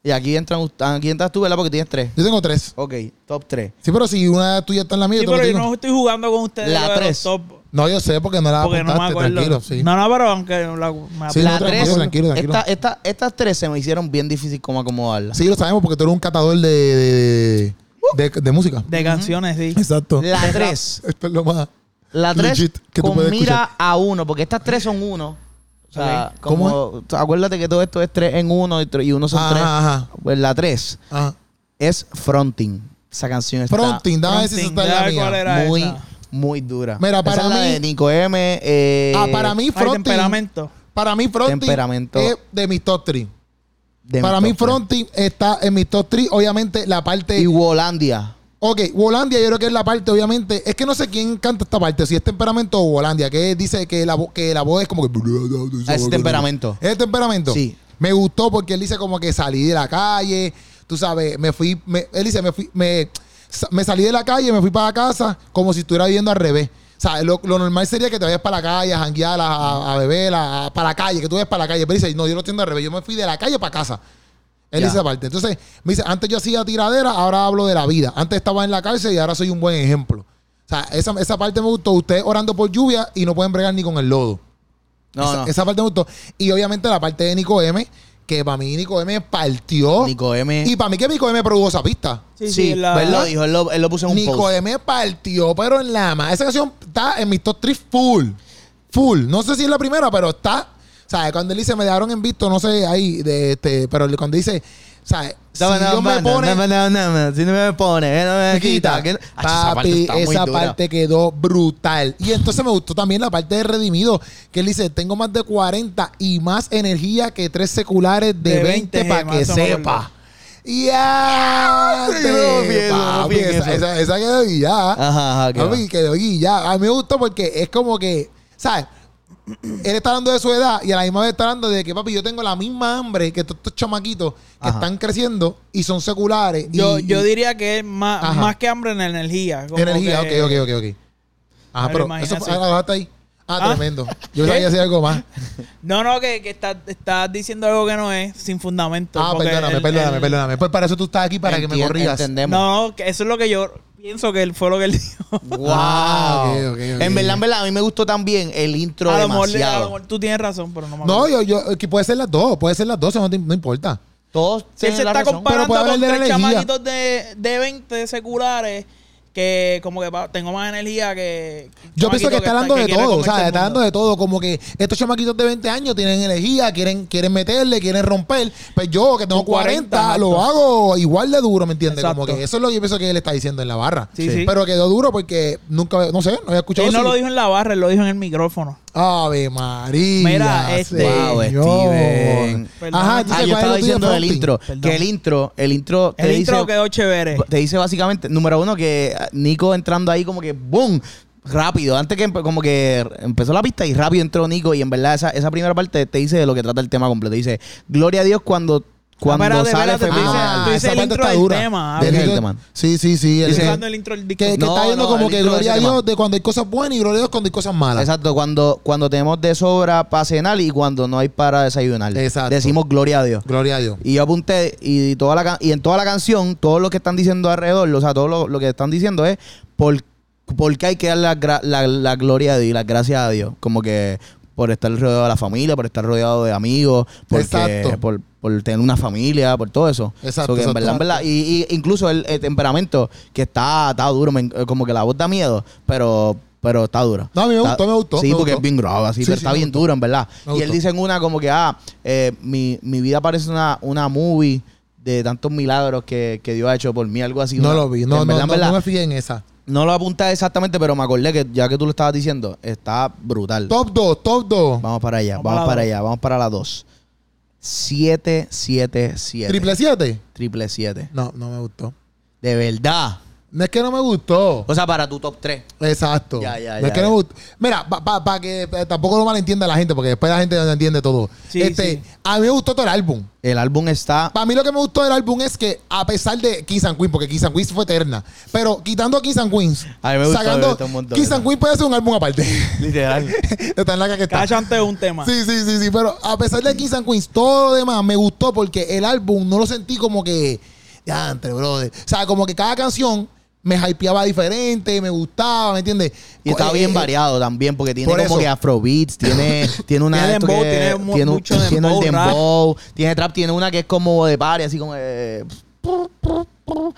S2: Y aquí, entran, ust- aquí entras tú, ¿verdad? Porque tienes 3.
S1: Yo tengo 3.
S2: Ok, top 3.
S1: Sí, pero si una tuya está en la mía,
S4: Sí,
S1: yo tengo
S4: pero yo
S1: que
S4: no estoy jugando con ustedes.
S2: La
S4: lo de los
S2: tres.
S4: top,
S1: No, yo sé porque no la
S4: Porque no me
S1: Ah, apuntaste,
S4: acuerdo.
S1: tranquilo. Sí.
S4: No, no, pero aunque la, me
S1: Sí,
S4: apunto.
S2: la
S1: no, tranquilo,
S2: 3.
S1: tranquilo, tranquilo.
S2: Esta, esta- estas 3 se me hicieron bien difícil como acomodarlas.
S1: Sí, lo sabemos porque tú eres un catador de, de, de, de música.
S4: Uh. de canciones, sí.
S1: Exacto.
S2: La 3.
S1: Esto es lo más.
S2: La 3
S1: Legit, que tú
S2: con
S1: puedes
S2: mira a uno, porque estas 3 son uno. O sea,
S1: Ok.
S2: como, acuérdate que todo esto es 3 en 1 y, tre- y uno son 3.
S1: Ajá, ajá,
S2: Pues la 3
S1: ajá.
S2: es Fronting. Esa canción está
S1: Fronting, dame si esa
S4: Fronting,
S1: está en la
S4: dame cuál
S1: mía.
S4: era
S2: muy,
S4: esa.
S2: muy dura.
S1: Mira,
S2: Esa
S1: para
S2: es la
S1: mí-
S2: de Nico M. eh,
S1: Ah, para mí,
S4: Ay,
S1: Fronting.
S4: temperamento.
S1: Para mí, Fronting
S2: Temperamento.
S1: es de mis top 3.
S2: de
S1: Para
S2: mi
S1: mí,
S2: top tres.
S1: Fronting está en mis top 3. Obviamente, la parte.
S2: Y Wolandia.
S1: Ok, Wolandia, yo creo que es la parte, obviamente. Es que no sé quién canta esta parte, si es temperamento o Wolandia, que dice que la, vo- que la voz es como que.
S2: Ah, Es temperamento.
S1: ¿Es temperamento?
S2: Sí.
S1: Me gustó porque él dice como que salí de la calle, tú sabes, me fui. me- él dice, me fui. Me, sa- me salí de la calle, me fui para la casa, como si estuviera viviendo al revés. O sea, lo, lo normal sería que te vayas para la calle, a janguear, a, a- a beber, a, a- para la calle, que tú vayas para la calle. Pero dice, no, yo lo entiendo al revés, yo me fui de la calle para casa. Él
S2: Ya.
S1: dice aparte. Entonces, me dice, antes yo hacía tiradera, ahora hablo de la vida. Antes estaba en la cárcel y ahora soy un buen ejemplo. O sea, esa, esa parte me gustó. Ustedes orando por lluvia y no pueden bregar ni con el lodo.
S2: No,
S1: esa,
S2: no.
S1: esa parte me gustó. Y obviamente la parte de Nico M, que para mí Nico M partió.
S2: Nico M.
S1: Y para mí que Nico M produjo esa pista.
S2: sí, pues él lo dijo, él lo, él lo puso en un
S1: Nico
S2: post.
S1: M partió, pero en la más. Esa canción está en mis top 3 full. Full. No sé si es la primera, pero está. ¿Sabes? Cuando él dice, me dejaron en visto, no sé ahí, de este, pero cuando dice, ¿sabes? Si
S2: No, no,
S1: Dios me
S2: no, no,
S1: pone,
S2: no, no, no, no, si no me pone, eh, no me quita. que no- Ah,
S1: Papi,
S2: está muy
S1: esa
S2: dura.
S1: parte quedó brutal. Y entonces me gustó también la parte de Redimido, que él dice, tengo más de 40 y más energía que tres seculares de,
S4: De
S1: 20,
S4: 20,
S1: para
S4: más
S1: que
S4: o menos.
S1: sepa. Ya,
S2: Sí, no pienso, no
S1: papi,
S2: pienso.
S1: esa, esa, esa quedó guillada.
S2: Ajá, ajá, qué
S1: Papi, quedó guillada. A mí me gustó porque es como que, ¿sabes? Él está hablando de su edad y a la misma vez está hablando de que, papi, yo tengo la misma hambre que todos estos chamaquitos que
S2: Ajá.
S1: están creciendo y son seculares. y-
S4: Yo, yo
S1: y-
S4: diría que es más,
S1: Ajá.
S4: más que hambre en energía. como
S1: Energía,
S4: que-
S1: ok, ok, ok, ok. Ah,
S4: me lo
S1: pero
S4: imaginé
S1: eso fue,
S4: así.
S1: ah, hasta ahí. Ah,
S4: Ah.
S1: tremendo. Yo
S4: ¿Qué?
S1: sabía hacer algo más.
S4: No, no, que, que estás estás diciendo algo que no es, sin fundamento.
S1: Ah,
S4: porque
S1: perdóname,
S4: el-
S1: perdóname,
S4: el-
S1: perdóname. Pues para eso tú estás aquí, para que me
S2: Entien-
S1: corrijas.
S2: Entendemos.
S4: No, que eso es lo que yo pienso que él- fue lo que él dijo.
S2: Wow.
S1: Ah, ok, ok, ok.
S2: En verdad, en verdad, a mí me gustó también el intro
S4: a, lo mejor, le- a lo
S2: demasiado.
S4: mejor tú tienes razón, pero no me
S1: No,
S4: acuerdo.
S1: yo, yo, que puede ser las dos, puede ser las dos, eso no, te- no importa.
S2: Todos
S4: Si él
S2: tienen
S4: se
S2: la
S4: está
S2: razón.
S1: pero
S4: comparando
S1: puede
S4: con
S1: haber
S4: tres
S1: de energía.
S4: chamaquitos de, de 20 seculares que como que pa- tengo más energía que...
S1: Yo pienso que está hablando de todo, o sea, está hablando de todo, como que estos chamaquitos de 20 años tienen energía, quieren, quieren meterle, quieren romper, pues yo que tengo
S4: Con 40,
S1: 40, lo
S4: exacto.
S1: hago igual de duro, ¿me entiendes? Como
S4: Exacto.
S1: que eso es lo que yo pienso que él está diciendo en la barra.
S4: Sí, sí.
S1: Pero quedó duro porque nunca, no sé, no había escuchado
S4: Él no
S1: eso.
S4: lo dijo en la barra, él lo dijo en el micrófono.
S1: Ave María.
S4: Mira, este-
S2: Wow,
S1: señor.
S2: Steven.
S4: Perdón.
S1: Ajá,
S4: Ah,
S1: entonces, ¿cuál es
S2: Ah, yo estaba
S1: lo tuyo,
S2: diciendo del
S1: Frontin?
S2: intro. Que el intro, el intro te
S4: El
S2: dice.
S4: intro quedó chévere.
S2: Eh, Te dice básicamente, número uno, que ah, Nico entrando ahí como que ¡boom! Rápido, antes que empe- como que empezó la pista y rápido entró Nico y en verdad esa, esa primera parte te dice de lo que trata el tema completo. Dice, gloria a Dios cuando Cuando
S4: Ah, espérate,
S2: sale
S4: espérate, tú
S2: femenino.
S4: dices- tú
S2: Ah,
S4: dices el intro del tema.
S2: Del
S4: ah,
S2: intro del tema.
S1: Sí, sí, sí. el
S2: Dice-
S1: intro-
S4: buscando el intro del disco.
S1: que que
S2: No,
S1: está yendo
S2: no,
S1: como
S2: el
S1: que
S2: intro de
S1: gloria a
S2: ese tema.
S1: Dios de cuando hay cosas buenas y gloria a Dios cuando hay cosas malas.
S2: Ah, Exacto, cuando, cuando tenemos de sobra para cenar y cuando no hay para desayunar.
S1: Exacto.
S2: Decimos gloria a Dios.
S1: Gloria a Dios.
S2: Y yo apunté, y, toda la, ca- y en toda la canción, todos los que están diciendo alrededor, o sea, todo lo, lo que están diciendo es por, por qué hay que dar la, gra- la- la gloria a Dios y las gracias a Dios. Como que por estar rodeado de la familia, por estar rodeado de amigos, porque-
S1: Exacto.
S2: por, por tener una familia, por todo eso.
S1: Exacto,
S2: So que en
S1: exacto.
S2: verdad, en verdad, y, y incluso el, el temperamento que está, está duro, me en- eh, como que la voz da miedo, pero... Pero está dura.
S1: No, a mí me
S2: Está-
S1: gustó, me gustó,
S2: Sí,
S1: me
S2: porque
S1: gustó.
S2: es bien grave, así,
S1: Sí,
S2: pero
S1: sí,
S2: está
S1: me
S2: bien duro, en verdad.
S1: Me
S2: Y él
S1: gustó.
S2: dice en una como que, ah, eh, mi, mi vida parece una, una movie de tantos milagros que, que Dios ha hecho por mí, algo así.
S1: No
S2: Una-
S1: lo vi. No,
S2: en
S1: no,
S2: verdad, en
S1: no,
S2: verdad,
S1: no me fijé en esa.
S2: no lo apunta exactamente, pero me acordé que ya que tú lo estabas diciendo, está brutal.
S1: Top 2, top 2.
S2: Vamos para allá,
S4: Vamos
S2: vamos,
S4: para la
S2: para
S4: dos.
S2: allá, vamos para la 2. 777.
S1: ¿Triple 7?
S2: Triple 7.
S1: No, no me gustó.
S2: De verdad.
S1: No es que no me gustó.
S2: O sea, para tu top 3.
S1: Exacto.
S2: Ya, ya,
S1: No
S2: ya,
S1: es que
S2: ya.
S1: no me gustó. Mira, para que eh, tampoco lo malentienda la gente, porque después la gente no entiende todo.
S4: Sí,
S1: este,
S4: sí.
S1: A mí me gustó todo el álbum.
S2: El álbum está.
S1: Para mí lo que me gustó del álbum es que, a pesar de Kiss and Queens, porque Kiss and Queens fue eterna, pero quitando a Kiss and Queens,
S2: A mí me gustó,
S1: sacando
S2: me gustó un montón,
S1: Kiss and Queens puede ser un álbum aparte.
S2: Literal.
S1: está en la que está.
S4: Cada chante es un tema.
S1: Sí, sí, sí, sí, pero a pesar de Kiss and Queens, todo lo demás me gustó porque el álbum no lo sentí como que, ya, entre brother. O sea, como que cada canción me hypeaba diferente, me gustaba, ¿me entiendes?
S2: Y está
S1: Eh,
S2: bien
S1: eh,
S2: variado también, porque tiene
S1: por
S2: como
S1: eso.
S2: que afrobeats, tiene, tiene una
S4: Tiene
S2: de esto
S4: dembow,
S2: que-
S4: tiene mu-
S2: un-
S4: mucho
S2: tiene
S4: dembow,
S2: el
S4: rap.
S2: dembow, tiene trap, tiene una que es como de party, así como eh,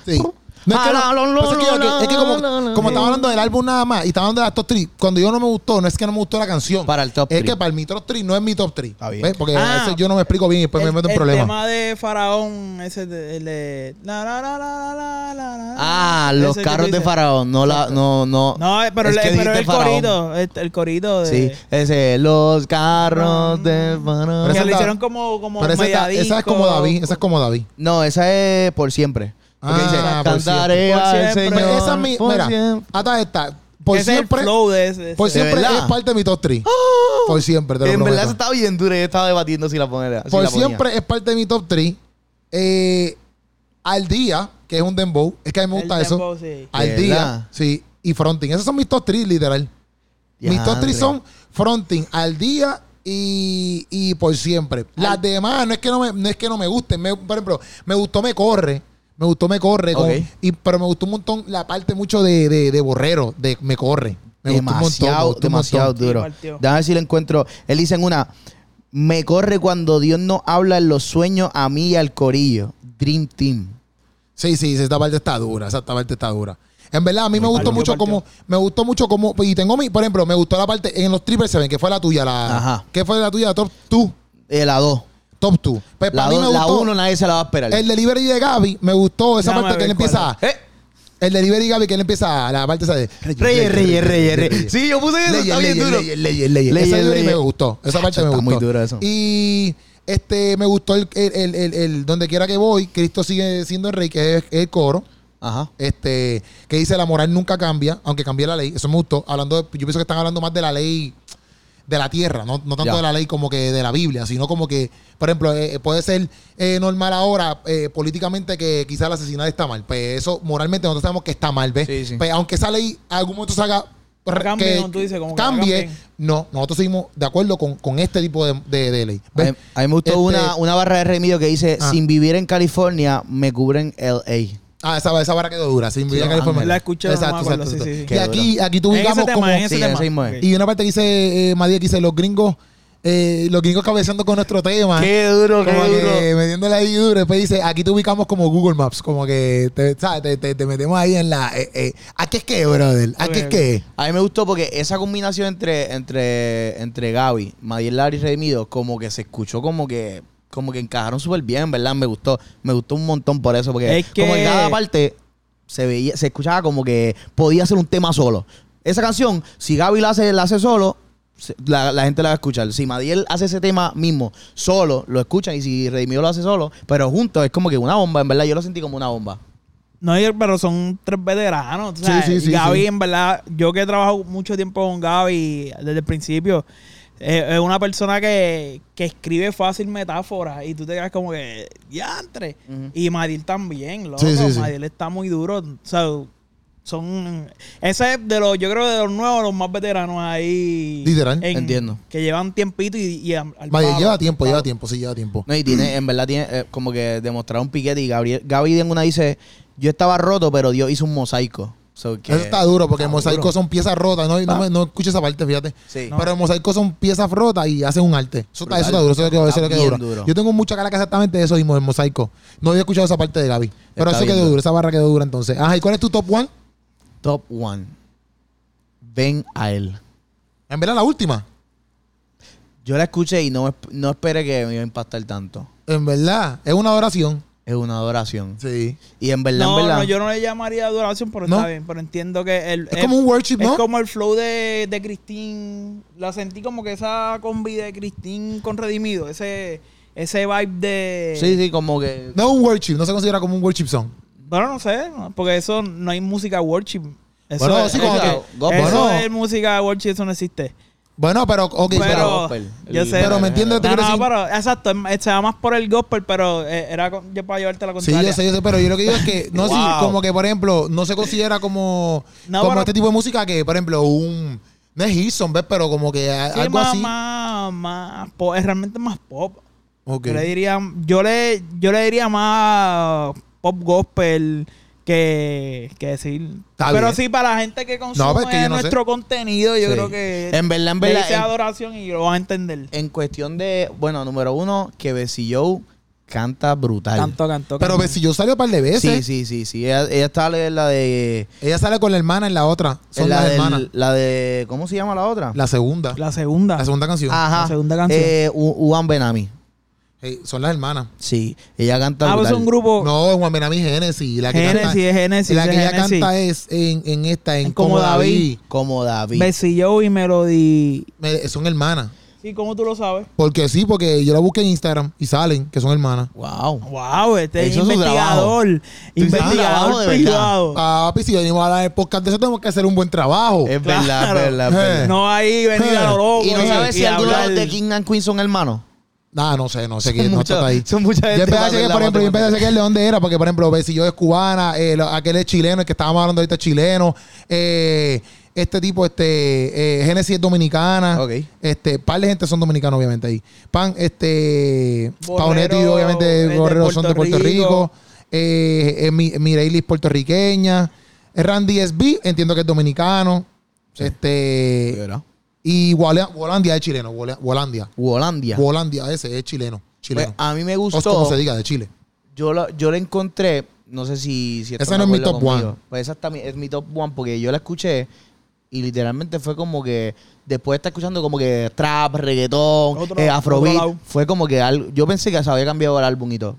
S1: Sí. No, es que,
S2: Ah, la,
S1: no,
S2: la,
S1: pues es que yo-
S2: la, la,
S1: es que
S2: la, la,
S1: como, como
S2: la.
S1: estaba hablando del álbum nada más y estaba hablando de las top 3, cuando yo no me gustó, no es que no me gustó la canción.
S2: Para el top
S1: Es
S2: three.
S1: que para mi top 3 no es mi top 3.
S2: Está bien.
S1: Porque
S4: Ah,
S1: a veces yo no me explico bien y después pues me meto en
S4: El
S1: problemas.
S4: tema de Faraón, ese de. el de- la, la, la, la, la, la, la,
S2: Ah,
S4: ese
S2: los
S4: que tú
S2: carros de
S4: dices.
S2: Faraón, no la, no, no.
S4: No, eh, pero,
S2: Es
S4: le-
S2: que
S4: pero
S2: dijiste
S4: el
S2: Faraón.
S4: corito, el, el corito de.
S2: Sí, ese, los carros de
S1: Pero
S2: Faraón.
S1: esa
S4: que lo
S1: es la-
S4: hicieron como, como
S1: Pero esa, está-
S4: media
S1: esa es
S4: disco.
S1: como David, esa es como David.
S2: No, esa es por siempre. Porque
S1: Ah,
S2: dice,
S1: por
S2: cantaré
S4: siempre.
S2: al
S4: Por siempre.
S2: Señor.
S1: Pero esa es mi,
S2: por
S1: mira,
S2: siempre".
S1: hasta esta, por
S4: Ese es el
S1: siempre,
S4: flow de ese.
S1: por
S4: ese.
S1: siempre
S2: verdad? ¡Oh!
S1: es parte de mi top 3. Por siempre, te lo
S2: En verdad
S1: prometo.
S2: esa está bien dura, yo estaba debatiendo si la ponía. si
S1: Por
S2: la ponía.
S1: siempre es parte de mi top 3. Eh, al día, que es un dembow, es que a mí me
S4: El
S1: gusta
S4: dembow,
S1: eso. Ah,
S4: sí.
S1: Al
S2: ¿Verdad?
S1: día, sí, y fronting. Esos son mis top 3, literal. Mis top 3
S2: Diandre.
S1: son fronting, al día y, y por siempre. Las demás no es que no me, no es que no me gusten. Me- por ejemplo, me gustó Me Corre. Me gustó Me Corre. con-
S2: Ok.
S1: y, pero me gustó un montón la parte mucho de, de, de Borrero, de Me Corre. Me gustó un montón, me
S2: demasiado,
S1: gustó un montón.
S2: demasiado duro.
S4: Sí, partió.
S2: Déjame ver si lo encuentro. Él dice en una, me corre cuando Dios nos habla en los sueños a mí y al corillo. Dream Team.
S1: Sí, sí, esta parte está dura, esa parte está dura. En verdad, a mí me gustó
S4: partió,
S1: mucho
S4: partió.
S1: como, me gustó mucho como, y tengo mi, por ejemplo, me gustó la parte en los triple seven, que fue la tuya, la,
S2: Ajá.
S1: que fue la tuya, la top 2,
S2: Eh, la 2.
S1: top 2. Pues
S2: La
S1: para mí me
S2: 2, la
S1: gustó
S2: 1 nadie se la va a esperar.
S1: el delivery de Gaby, me gustó pues esa
S4: Déjame
S1: parte que
S4: ver
S1: él
S4: cuál
S1: empieza,
S2: Eh,
S1: el delivery de Gaby que él empieza, la parte esa de
S2: Reyes, reyes, reyes, reyes. Sí, yo puse eso,
S1: Leyes,
S2: está bien
S1: leyes,
S2: duro.
S1: leyes, leyes, leyes.
S2: Leyes,
S1: Ese delivery
S2: leyes.
S1: me gustó. Esa parte
S2: Está
S1: me gustó.
S2: muy duro eso.
S1: Y este, me gustó el, el, el, el- el- donde quiera que voy, Cristo sigue siendo el rey, que es el coro.
S2: Ajá.
S1: este que dice la moral nunca cambia, aunque cambie la ley. Eso me gustó. Hablando de- yo pienso que están hablando más de la ley de la tierra, no, no tanto
S2: Ya.
S1: de la ley como que de la Biblia, sino como que, por ejemplo, eh, puede ser eh, normal ahora eh, políticamente que quizás el asesinato está mal. Pues eso moralmente nosotros sabemos que está mal, ¿ves?
S2: Sí, sí.
S1: Pues, aunque esa ley algún momento se haga... re-
S4: Cambie, como tú dices, como que la
S1: cambie,
S4: cambien.
S1: no, nosotros seguimos de acuerdo con, con este tipo de, de- de ley.
S2: A
S1: ¿ves?
S2: mí, a mí me gustó
S1: Este-
S2: una, una barra de remedio que dice,
S1: Ah.
S2: sin vivir en California, me cubren LA.
S1: Ah, esa, esa barra quedó dura, sin vivir en
S2: no,
S1: California.
S4: la escuché, no me acuerdo, sí, sí, sí.
S1: Y
S2: Qué
S1: aquí, aquí tuvimos
S4: En ese
S1: como...
S4: tema, en ese
S2: sí,
S4: tema.
S2: ese mismo es.
S4: Ok.
S1: Y una parte que dice eh, María que dice los gringos, eh, los gringos cabeceando con nuestro tema.
S2: duro,
S1: Como que metiéndole ahí duro. Después dice, aquí te ubicamos como Google Maps. Como que te, ¿sabes? te, te- te metemos ahí en la. Eh, eh. ¿A qué es que, brother? ¿A qué es que?
S2: A mí me gustó porque esa combinación entre, entre, entre Gaby, Madiel Lara y Redimido, como que se escuchó como que, como que encajaron súper bien, ¿verdad? Me gustó, me gustó un montón por eso, porque
S4: Es que-
S2: como en cada parte se veía, se escuchaba como que podía ser un tema solo. Esa canción, si Gaby la hace, la hace solo, se- la, la gente la va a escuchar. Si Madiel hace ese tema mismo solo, lo escuchan, y si Redimido lo hace solo, pero juntos es como que una bomba, en verdad, yo lo sentí como una bomba.
S4: No, y- pero son tres veteranos. tú
S1: Sí,
S4: sabes.
S1: sí, sí,
S4: Gaby,
S1: sí.
S4: en verdad, yo que he trabajado mucho tiempo con Gaby desde el principio, Es es una persona que, que escribe fácil metáforas y tú te quedas como que, diantre. Y Madil también, loco.
S1: Sí, sí, sí.
S4: Madil está muy duro. O sea, son. Ese es de los, yo creo, de los nuevos, los más veteranos ahí.
S1: Literal.
S2: Entiendo.
S4: Que llevan tiempito y. y al- al
S1: Madrid,
S4: palo,
S1: lleva tiempo,
S4: al
S1: lleva
S4: palo.
S1: tiempo, sí, lleva tiempo.
S2: No, y tiene, en verdad tiene eh, como que demostrar un piquete y Gabriel, Gaby en una dice, yo estaba roto, pero Dios hizo un mosaico. So que-
S1: Eso está duro porque
S2: está
S1: el mosaico
S2: duro.
S1: son piezas rotas. No, no,
S2: Ah.
S1: me- no escucho esa parte, fíjate.
S2: Sí.
S1: Pero el mosaico son piezas rotas y hacen un arte. Eso está,
S2: Brutal.
S1: eso está duro, eso es lo que, eso es lo que
S2: Está bien
S1: dura.
S2: duro.
S1: Yo tengo mucha cara que exactamente eso mismo, el mosaico. No había escuchado esa parte de Gaby. Pero
S2: Está
S1: eso
S2: bien
S1: quedó
S2: duro.
S1: duro, esa barra quedó dura entonces. Ajá, ¿y cuál es tu top one?
S2: Top one. Ven a él.
S1: En verdad, la última.
S2: Yo la escuché y no, esp- no esperé que me iba a impactar tanto.
S1: En verdad, es una oración.
S2: Es una adoración.
S1: Sí.
S2: Y en verdad,
S4: No,
S2: en verdad.
S4: no, yo no le llamaría adoración, pero
S1: No.
S4: está bien. Pero entiendo que el,
S1: Es como un worship,
S4: Es
S1: ¿no?
S4: como el flow de, de Cristín. La sentí como que esa combi de Cristín con Redimido. Ese, ese vibe de.
S2: Sí, sí, como que.
S1: No es un worship, no se considera como un worship song.
S4: Bueno, no sé. no, Porque eso no hay música worship. Eso
S1: Bueno,
S4: es,
S1: sí, como
S4: eso-
S2: que- go-
S4: eso
S1: bueno.
S4: es música worship, eso no existe.
S1: Bueno, pero, ok,
S4: Pero-
S1: pero
S2: gospel.
S4: yo sé.
S1: Pero me entiendes lo que
S4: No,
S1: te quiero
S4: no,
S1: decir.
S4: pero exacto. em- Se va más por el gospel, pero eh, era con- yo para llevarte la
S1: Sí,
S4: contraria.
S1: yo sé, yo sé, pero yo lo que digo es que, no sé,
S2: Wow.
S1: como que, por ejemplo, no se considera como,
S4: No,
S1: como
S4: pero-
S1: este tipo de música que, por ejemplo, un, no es Hilson, ¿ves? Pero como que a-
S4: Sí,
S1: algo
S4: más,
S1: así.
S4: más, más pop, es realmente más pop.
S1: Ok.
S4: Yo le diría, yo le, yo le diría más pop gospel que, que decir.
S1: Está
S4: pero
S1: bien.
S4: sí, para la gente que consume
S1: pero es que yo no sé.
S4: nuestro contenido, yo
S2: Sí.
S4: creo que
S2: En verdad, en
S4: le
S2: verdad.
S4: hice
S2: en-
S4: adoración y lo van a entender.
S2: En, cuestión de. Bueno, número uno, que Bessie Joe canta brutal.
S4: Canto, canto.
S1: Pero
S4: canto.
S1: ves, si yo salió un par de veces,
S2: Sí, sí, sí, sí. Ella, ella está en la de.
S1: ella sale con la hermana en la otra. Son
S2: en la
S1: las
S2: del-
S1: hermanas.
S2: La de. ¿Cómo se llama la Ah. otra?
S1: La segunda. La,
S4: La segunda.
S1: segunda canción.
S2: Ajá.
S4: la segunda canción.
S2: Eh, U- Uwan Benami.
S1: Hey, son las hermanas.
S2: Sí. Ella canta
S4: Ah, pues
S2: brutal.
S4: es un grupo.
S1: No, Juan Benami Genesis. La que
S4: Genesis, es
S1: canta,
S4: Genesis.
S1: la
S4: es
S1: que ella
S4: Genesis.
S1: canta es en, en esta, en,
S4: En
S1: Como,
S4: Como
S1: David.
S2: Como David.
S4: Bessie Joe y Melody.
S1: Me- son hermanas.
S4: ¿Y cómo tú lo sabes?
S1: Porque sí, porque yo la busqué en Instagram y salen que son hermanas.
S2: Wow.
S4: Wow, este
S2: Hizo su
S4: investigador.
S2: Hizo su trabajo
S4: Investigador
S2: de verdad.
S4: privado.
S1: Papi, si venimos a hablar del podcast de eso, tenemos que hacer un buen trabajo.
S2: Es
S4: Claro.
S2: verdad, es
S1: Eh.
S2: verdad, es verdad.
S4: No ahí venir a lo loco.
S2: Y no
S4: eh,
S2: sabes si
S4: y
S2: alguno de
S4: hablar.
S2: los de King and Queen son hermanos.
S1: Nah, no sé, no sé quién
S2: Son
S1: no
S2: mucha-
S1: está ahí.
S2: son mucha
S1: Yo
S2: gente
S1: empecé a
S2: para
S1: chequear,
S2: hacer
S1: por
S2: la
S1: ejemplo, yo empecé a
S2: matemática.
S1: chequear de dónde era, porque por ejemplo, ve, si yo es cubana, eh, lo- aquel es chileno, el que estábamos hablando ahorita es chileno, eh, este tipo, este, eh, Genesis es dominicana,
S2: Ok.
S1: este, par de gente son dominicanos, obviamente, ahí. Pan, este,
S4: Borrero
S1: Paonetti, obviamente,
S4: es de
S1: Borrero son de
S4: Puerto
S1: Puerto Rico,
S4: Rico.
S1: eh, eh, Mi- Mireille es puertorriqueña, Randy SB, entiendo que es dominicano,
S2: Sí,
S1: este,
S2: ¿verdad?
S1: y Wola- Wolandia es chileno, Wola- Wolandia.
S2: Uolandia.
S1: Holandia, ese es chileno.
S2: Pues,
S1: Chileno.
S2: a mí me
S1: o como
S2: gustó.
S1: se diga, de Chile.
S2: Yo la, yo la encontré, no sé si... si esto
S1: Esa no es mi
S2: acuerda
S1: top one.
S2: Pues esa está mi- es mi top one porque yo la escuché y literalmente fue como que... Después de estar escuchando como que trap, reggaetón,
S4: Otro-
S2: eh, afrobeat,
S4: otro lado.
S2: fue como que algo... Yo pensé que se había cambiado el álbum y todo.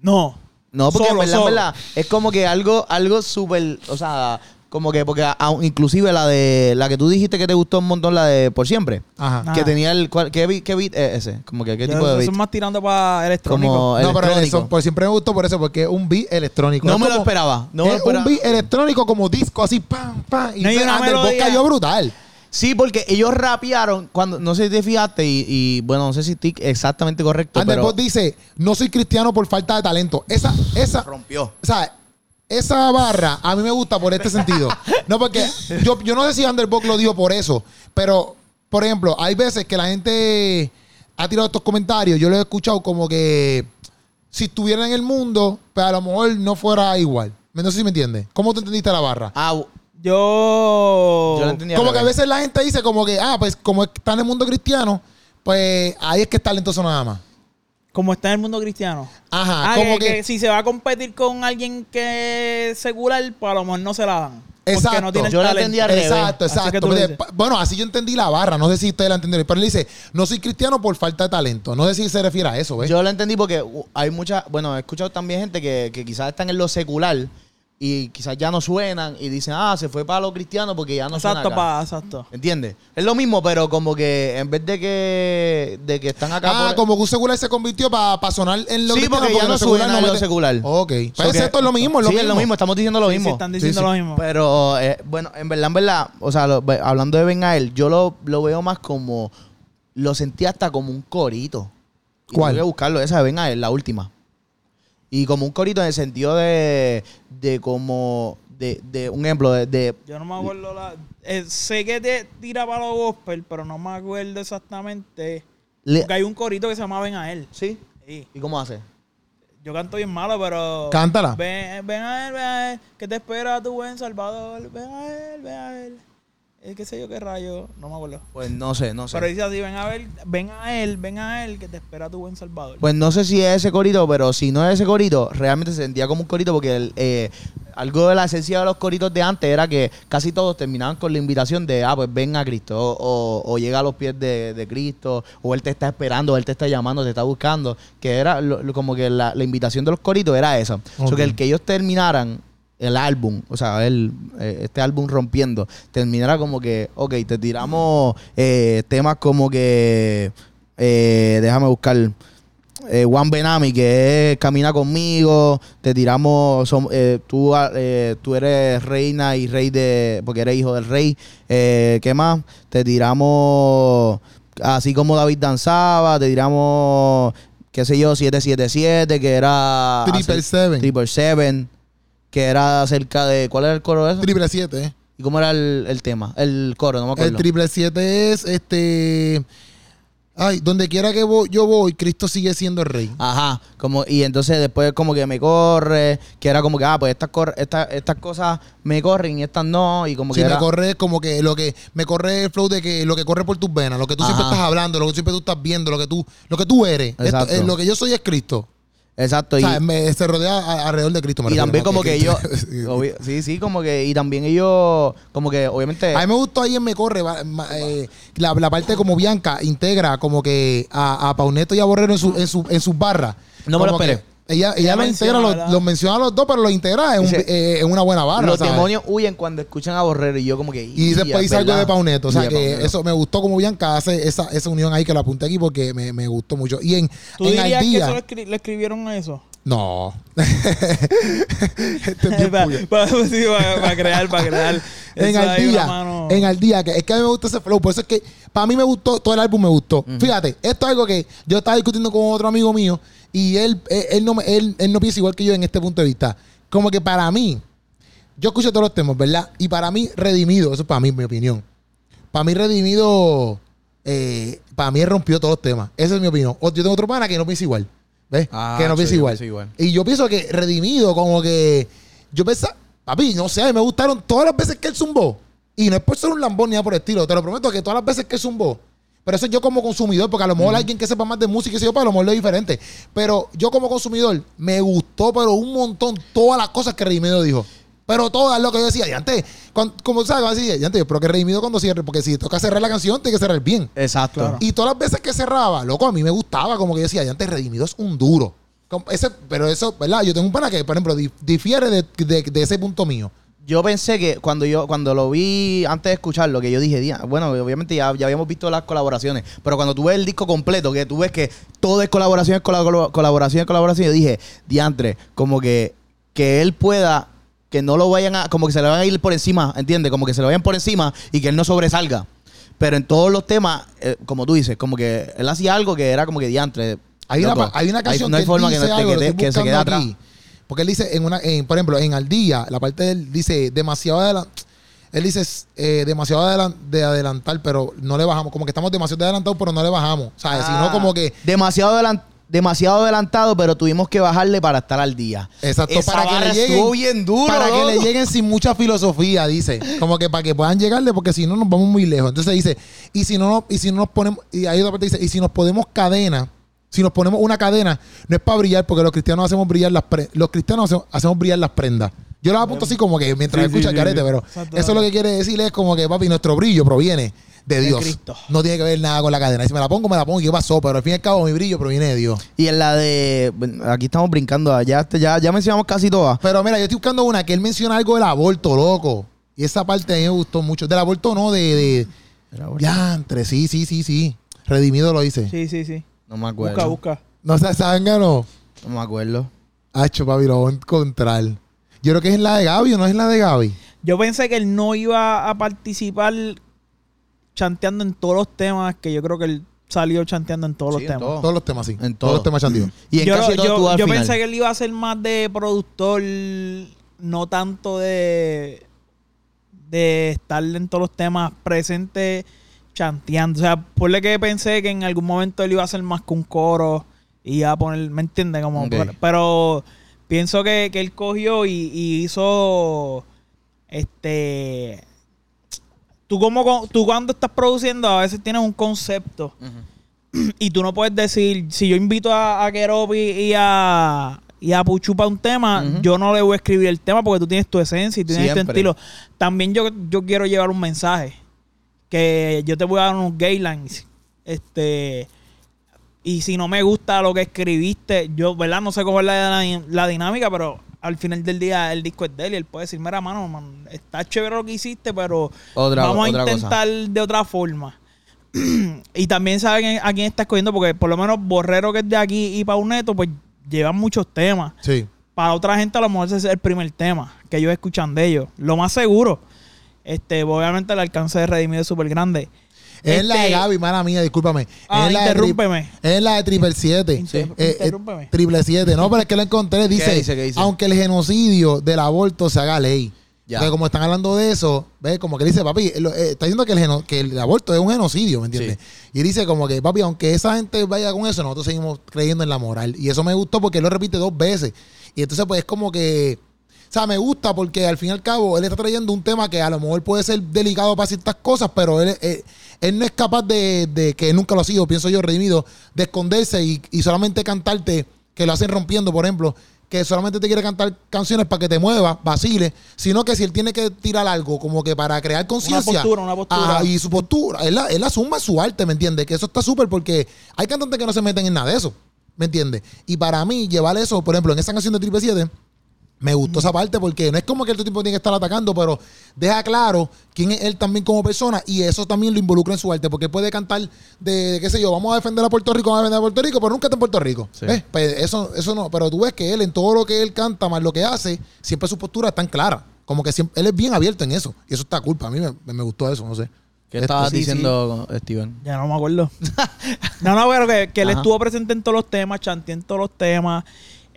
S4: No.
S2: No, porque
S4: Solo,
S2: en verdad, en
S4: solo.
S2: verdad, es como que algo, algo súper, o sea, como que, porque a- a- inclusive la de, la que tú dijiste que te gustó un montón, la de Por Siempre,
S1: Ajá.
S2: que
S4: Ah.
S2: tenía el, cual- ¿qué, beat- qué beat es ese? Como que, ¿qué
S4: Yo-
S2: tipo de
S4: yo
S2: beat?
S4: soy más tirando para electrónico.
S2: Como eh,
S1: No, pero
S2: electrónico.
S1: eso, por siempre me gustó por eso, porque es un beat electrónico.
S2: no
S1: Es
S2: me lo
S1: como-
S2: esperaba, no me lo
S1: es un
S2: esperaba.
S1: beat electrónico como disco, así, pam, pam. Y
S4: No hay
S1: entonces,
S4: una
S1: Underbox
S4: melodía.
S1: cayó brutal.
S2: Sí, porque ellos rapearon cuando, no sé si te fijaste, y, y, bueno, no sé si estoy exactamente correcto, pero
S1: Underbox dice, no soy cristiano por falta de talento. Esa, esa,
S2: rompió.
S1: O sea, esa barra a mí me gusta por este sentido. No, porque yo, yo no sé si Underbox lo dijo por eso, pero, por ejemplo, hay veces que la gente ha tirado estos comentarios. Yo lo he escuchado como que si estuviera en el mundo, pero a lo mejor no fuera igual. No sé si me entiendes. ¿Cómo tú entendiste la barra?
S2: Ah,
S4: Yo.
S2: yo lo entendía.
S1: Como Oh, que a veces la gente dice como que, ah, pues como está en el mundo cristiano, pues ahí es que es talentoso nada más.
S4: Como está en el mundo cristiano.
S1: Ajá,
S4: Ah,
S1: como
S4: que,
S1: que,
S4: que si se va a competir con alguien que es secular, pues a lo mejor no se la dan. Porque
S1: Exacto.
S4: no tiene el
S2: Yo la
S4: talento.
S2: entendía al revés.
S1: Exacto,
S4: Así que
S1: exacto.
S4: tú lo
S1: Porque,
S4: dices.
S1: pa- bueno, así yo entendí la barra. No sé si ustedes la entendieron. Pero él dice, no soy cristiano por falta de talento. No sé si se refiere a eso, ¿ves?
S2: Yo lo entendí porque uh, hay mucha, bueno, he escuchado también gente que, que quizás están en lo secular y quizás ya no suenan y dicen, ah, se fue para lo cristiano porque ya no
S4: exacto,
S2: suena acá.
S4: pa, exacto.
S2: ¿Entiendes? Es lo mismo, pero como que en vez de que, de que están acá
S1: ah,
S2: por-
S1: como que un secular se convirtió para sonar en lo
S2: Sí,
S1: cristiano,
S2: porque ya
S1: lo
S2: no
S1: secular
S2: suena en lo
S1: mete-
S2: secular.
S1: Ok.
S2: So
S1: Parece
S2: que-
S1: esto Pues es lo mismo, es lo
S2: sí,
S1: mismo.
S2: es lo mismo, estamos diciendo lo
S4: Sí,
S2: mismo.
S4: sí, están diciendo
S1: sí.
S4: lo mismo.
S2: Pero, eh, bueno, en verdad, en verdad, o sea, lo- hablando de Ben Gael, yo lo, lo veo más como lo sentí hasta como un corito. Y
S1: ¿Cuál?
S2: tuve que buscarlo, esa, venga, es la última. Y como un corito en el sentido de, de como, de, de un ejemplo, de, de-
S4: Yo no me acuerdo la. eh, sé que te tira para los gospel, pero no me acuerdo exactamente.
S2: le-
S4: Porque hay un corito que se llama Ven a él.
S2: ¿Sí?
S4: Sí.
S2: ¿Y cómo hace?
S4: Yo canto bien malo, pero.
S1: Cántala.
S4: Ven, ven a él, ven a él. Que te espera tu buen Salvador. Ven a él, ven a él. Es que sé yo qué rayo. No me acuerdo.
S2: Pues no sé, no sé.
S4: Pero dice así: ven a ver, ven a él, ven a él, que te espera tu buen Salvador.
S2: Pues no sé si es ese corito, pero si no es ese corito, realmente se sentía como un corito porque el, eh, algo de la esencia de los coritos de antes era que casi todos terminaban con la invitación de, ah, pues ven a Cristo, o, o llega a los pies de, de Cristo, o Él te está esperando, Él te está llamando, te está buscando, que era lo- lo- como que la, la invitación de los coritos era esa. O sea,
S1: Ok.
S2: que el que ellos terminaran el álbum, o sea, el, eh, este álbum rompiendo, terminara como que, ok, te tiramos eh, temas como que, eh, déjame buscar, eh, Juan Benami, que es Camina conmigo, te tiramos, som- eh, tú, ah, eh, tú eres reina y rey de, porque eres hijo del rey, eh, ¿qué más? Te tiramos, así como David danzaba, te tiramos, qué sé yo, 777, que era...
S1: Triple
S2: hacer-
S1: Seven.
S2: Triple Seven, que era acerca de, ¿cuál era el coro de eso?
S1: Triple 7, ¿eh?
S2: ¿Y cómo era el, el tema? El coro, no me acuerdo.
S1: El triple 7 es este. Ay, donde quiera que voy- yo voy, Cristo sigue siendo el rey.
S2: Ajá, como, y entonces después como que me corre, que era como que, ah, pues estas, cor- esta- estas cosas me corren y estas no, y como
S1: Si
S2: que
S1: me
S2: era-
S1: corre es como que lo que me corre el flow de que lo que corre por tus venas, lo que tú siempre
S2: Ajá.
S1: estás hablando, lo que siempre tú estás viendo, lo que tú, lo que tú eres. Esto-
S2: Exacto.
S1: eh, lo que yo soy es Cristo.
S2: Exacto,
S1: O
S2: y,
S1: sea, me- se rodea a- alrededor de Cristo. me
S2: y
S1: refiero,
S2: también
S1: ¿no? Este,
S2: como que ellos,
S1: Cristo-
S2: obvio- sí, sí, como que, y también ellos, como que obviamente...
S1: A mí me gustó ahí en Me Corre, va- ma- eh, la, la parte como Bianca integra como que a, a Pauneto y a Borrero en, su, en, su- en sus barras.
S2: No me lo
S1: Como que
S2: esperé.
S1: Ella, ella,
S4: Ella
S1: lo
S4: menciona,
S1: integra, los
S4: ¿verdad?
S1: los menciona a los dos, pero los integra en, un-
S2: Dice,
S1: eh, en una buena barra.
S2: los
S1: ¿sabes?
S2: demonios huyen cuando escuchan a Borrero y yo como que...
S1: Y después
S2: es
S1: hice algo
S2: verdad".
S1: de Pauneto. O
S2: Y
S1: sea,
S2: de
S1: que
S2: Pauneto.
S1: eso me gustó como Bianca hace esa, esa unión ahí que la apunté aquí porque me, me gustó mucho. Y en,
S4: ¿Tú
S1: en
S4: dirías
S1: al
S4: que eso lo,
S1: día.
S4: escri- le escribieron a eso?
S1: No. Este es bien
S4: para,
S1: puya.
S4: crear, para crear.
S1: en
S4: Eso
S1: al
S4: ahí una
S1: día,
S4: mano-
S1: en al día, que es que a mí me gusta ese flow, por eso es que para mí me gustó, todo el álbum me gustó. Fíjate, esto es algo que yo estaba discutiendo con otro amigo mío y él, él, él no, me- él, él no piensa igual que yo en este punto de vista. Como que para mí, yo escucho todos los temas, ¿verdad? Y para mí, redimido, eso es para mí, mi opinión. Para mí, redimido, eh, para mí él rompió todos los temas. Esa es mi opinión. O- Yo tengo otro pana que no piensa igual, ¿ves?
S2: Ah,
S1: que no
S2: sí,
S1: piensa
S2: yo
S1: igual.
S2: pienso igual.
S1: Y yo pienso que redimido, como que. Yo pensaba, papi, no sé, a mí me gustaron todas las veces que él zumbó. Y no es por ser un lambón ni nada por el estilo, te lo prometo que todas las veces que él zumbó. Pero eso yo como consumidor, porque a lo mejor alguien que sepa más de música y se yo, pues a lo mejor lo es diferente. Pero yo como consumidor, me gustó, pero un montón, todas las cosas que Redimido dijo. Pero todas lo que yo decía, y antes, cuando- como sabes, así, y antes, pero que Redimido cuando cierre, porque si toca cerrar la canción, tiene que cerrar bien.
S2: Exacto.
S4: Claro.
S1: Y todas las veces que cerraba, loco, a mí me gustaba, como que yo decía, ya antes Redimido es un duro. Como Ese, pero eso, ¿verdad? Yo tengo un pana que, por ejemplo, dif- difiere de, de- de ese punto mío.
S2: Yo pensé que cuando yo cuando lo vi antes de escucharlo, que yo dije, "Día- bueno, obviamente ya, ya habíamos visto las colaboraciones, pero cuando tú ves el disco completo, que tú ves que todo es colaboración, es colabo- colaboración, es colaboración, yo dije, diantre, como que, que él pueda, que no lo vayan a, como que se le van a ir por encima, ¿entiendes? Como que se le vayan por encima y que él no sobresalga. Pero en todos los temas, eh, como tú dices, como que él hacía algo que era como que diantre.
S1: Hay,
S2: loco,
S1: una, pa- hay una canción
S2: no hay
S1: que
S2: forma
S1: él
S2: que,
S1: dice
S2: no te-
S1: algo,
S2: que
S1: lo
S2: te-
S1: estoy
S2: que se quede
S1: buscando
S2: atrás.
S1: aquí. Porque él dice, en una, en, por ejemplo, en Al Día, la parte de él dice, demasiado adelante. Él dice, eh, demasiado adelan- de adelantar, pero no le bajamos. Como que estamos demasiado adelantados, pero no le bajamos. O sea,
S2: Ah.
S1: sino como que
S2: demasiado adelan- demasiado adelantado, pero tuvimos que bajarle para estar al día.
S1: Exacto,
S2: Esa
S1: para que
S2: barra
S1: le lleguen-
S2: estuvo bien duro.
S1: para que le
S2: loco.
S1: lleguen sin mucha filosofía, dice. Como que para que puedan llegarle, porque si no nos vamos muy lejos. Entonces dice, y si no nos, y si no nos ponemos, y hay otra parte que dice, y si nos ponemos cadena, si nos ponemos una cadena, no es para brillar, porque los cristianos hacemos brillar las pre- los cristianos hacemos, hacemos brillar las prendas. Yo la apunto así como que mientras
S4: Sí,
S1: escucha
S4: sí,
S1: el
S4: sí,
S1: carete,
S4: sí.
S1: pero
S4: Exacto.
S1: eso es lo que quiere decir es como que papi, nuestro brillo proviene de Dios.
S4: Cristo.
S1: No tiene que ver nada con la cadena. Y Si me la pongo, me la pongo y qué pasó, pero al fin y al cabo mi brillo proviene de Dios.
S2: Y en la de. bueno, Aquí estamos brincando. Ya, ya, ya mencionamos casi todas.
S1: Pero mira, yo estoy buscando una que él menciona algo del aborto, loco. Y esa parte a mí me gustó mucho. Del aborto no, de... de ya, entre sí, sí, sí, sí. Redimido lo dice.
S4: Sí, sí, sí.
S2: No me acuerdo.
S4: Busca, busca.
S1: No se zángano.
S2: No me acuerdo.
S1: Hacho, papi, lo voy a encontrar. Yo creo que es en la de Gaby o no es en la de Gaby.
S4: Yo pensé que él no iba a participar chanteando en todos los temas que yo creo que él salido chanteando en todos
S2: Sí,
S4: los
S2: en
S4: temas.
S2: todo.
S1: Todos los temas, sí.
S2: En
S1: Todos los
S2: todo.
S1: temas chantillos.
S2: Y en
S4: yo
S2: casi todo
S4: yo-
S2: tú vas al
S4: yo
S2: final.
S4: pensé que él iba a ser más de productor, no tanto de, de estar en todos los temas presentes chanteando. O sea, por lo que pensé que en algún momento él iba a ser más que un coro y iba a poner, ¿me entiendes? Como,
S2: Ok.
S4: pero, pero pienso que, que él cogió y, y hizo este... Tú, como, con- tú cuando estás produciendo a veces tienes un concepto y tú no puedes decir, si yo invito a, a Keropi y a, y a Puchu para un tema,
S2: Ujú.
S4: yo no le voy a escribir el tema porque tú tienes tu esencia y tú tienes tu
S2: Siempre.
S4: estilo. También yo, yo quiero llevar un mensaje, que yo te voy a dar unos guidelines. Este, y si no me gusta lo que escribiste, yo, ¿verdad? No sé cómo es la, la- la dinámica, pero al final del día el disco es de él y él puede decir, mira, mano, man, está chévere lo que hiciste, pero
S2: Otra-
S4: vamos
S2: otra
S4: a
S2: cosa.
S4: intentar de otra forma. y también saben a quién está escogiendo, porque por lo menos Borrero, que es de aquí, y Pauneto, pues llevan muchos temas.
S1: Sí.
S4: Para otra gente, a lo mejor ese es el primer tema que ellos escuchan de ellos. Lo más seguro. Este, obviamente el alcance de Redimido es súper grande.
S1: Es la de
S4: Este-
S1: Gaby, mala mía, discúlpame.
S4: Ah,
S1: es la de tri-
S4: interrúmpeme.
S1: es la de Triple 7.
S4: Interrú- interrúmpeme.
S1: eh, triple 7. No, pero es que lo encontré. Dice,
S2: dice? ¿Qué dice?
S1: aunque el genocidio del aborto se haga ley.
S2: Ya.
S1: O sea, como están hablando de eso, ¿ves? Como que dice, papi, lo- eh, está diciendo que el, geno- que el aborto es un genocidio, ¿me entiendes? Y dice como que, papi, aunque esa gente vaya con eso, nosotros seguimos creyendo en la moral. Y eso me gustó porque él lo repite dos veces. Y entonces, pues, es como que... O sea, me gusta porque al fin y al cabo él está trayendo un tema que a lo mejor puede ser delicado para ciertas cosas, pero él, él, él no es capaz de, de- que nunca lo ha sido, pienso yo, redimido, de esconderse y, y solamente cantarte, que lo hacen rompiendo, por ejemplo, que solamente te quiere cantar canciones para que te muevas, vaciles, sino que si él tiene que tirar algo como que para crear conciencia.
S4: postura, una postura.
S1: Ajá, y su postura, él, la- él asuma su arte, ¿me entiendes? Que eso está súper porque hay cantantes que no se meten en nada de eso, ¿me entiendes? Y para mí, llevar eso, por ejemplo, en esa canción de Triple 7, me gustó esa parte porque no es como que el otro tipo tiene que estar atacando, pero deja claro quién es él también como persona y eso también lo involucra en su arte, porque puede cantar de, de qué sé yo, vamos a defender a Puerto Rico, vamos a defender a Puerto Rico, pero nunca está en Puerto Rico.
S2: Sí.
S1: ¿Ves? Pues eso, eso no, pero tú ves que él en todo lo que él canta, más lo que hace, siempre sus posturas están claras. Como que siempre, él es bien abierto en eso. Y eso está culpa. A mí me, me- me gustó eso, no sé.
S2: ¿Qué
S1: Esto-
S2: estabas
S1: sí, sí.
S2: diciendo, Steven?
S4: Ya no me acuerdo. no, no, pero que, que él
S2: Ajá.
S4: estuvo presente en todos los temas, chanté en todos los temas.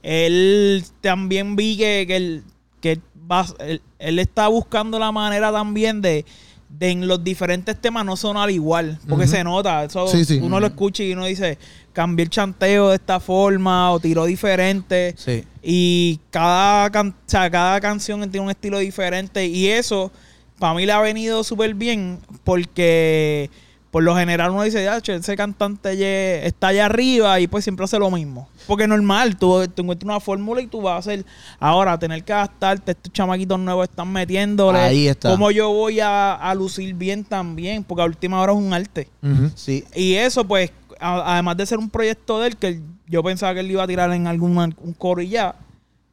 S4: Él también vi que, que él, que él va, él, él está buscando la manera también de, de en los diferentes temas no sonar igual. Porque
S1: Ujú.
S4: se nota. Eso
S1: Sí, sí.
S4: uno lo escucha y uno dice, cambié el chanteo de esta forma o tiró diferente.
S2: Sí.
S4: Y cada, can- o sea, cada canción tiene un estilo diferente. Y eso, para mí le ha venido súper bien. Porque por lo general uno dice, ya, che, ese cantante ye- está allá arriba y pues siempre hace lo mismo. Porque es normal, tú, tú encuentras una fórmula y tú vas a hacer. Ahora, tener que gastarte, estos chamaquitos nuevos están metiéndole.
S2: Ahí está.
S4: ¿Cómo yo voy a, a lucir bien también? Porque a última hora es un arte.
S1: Ujú.
S2: Sí.
S4: Y eso, pues, a- además de ser un proyecto de él, que él- yo pensaba que él iba a tirar en algún un coro y ya,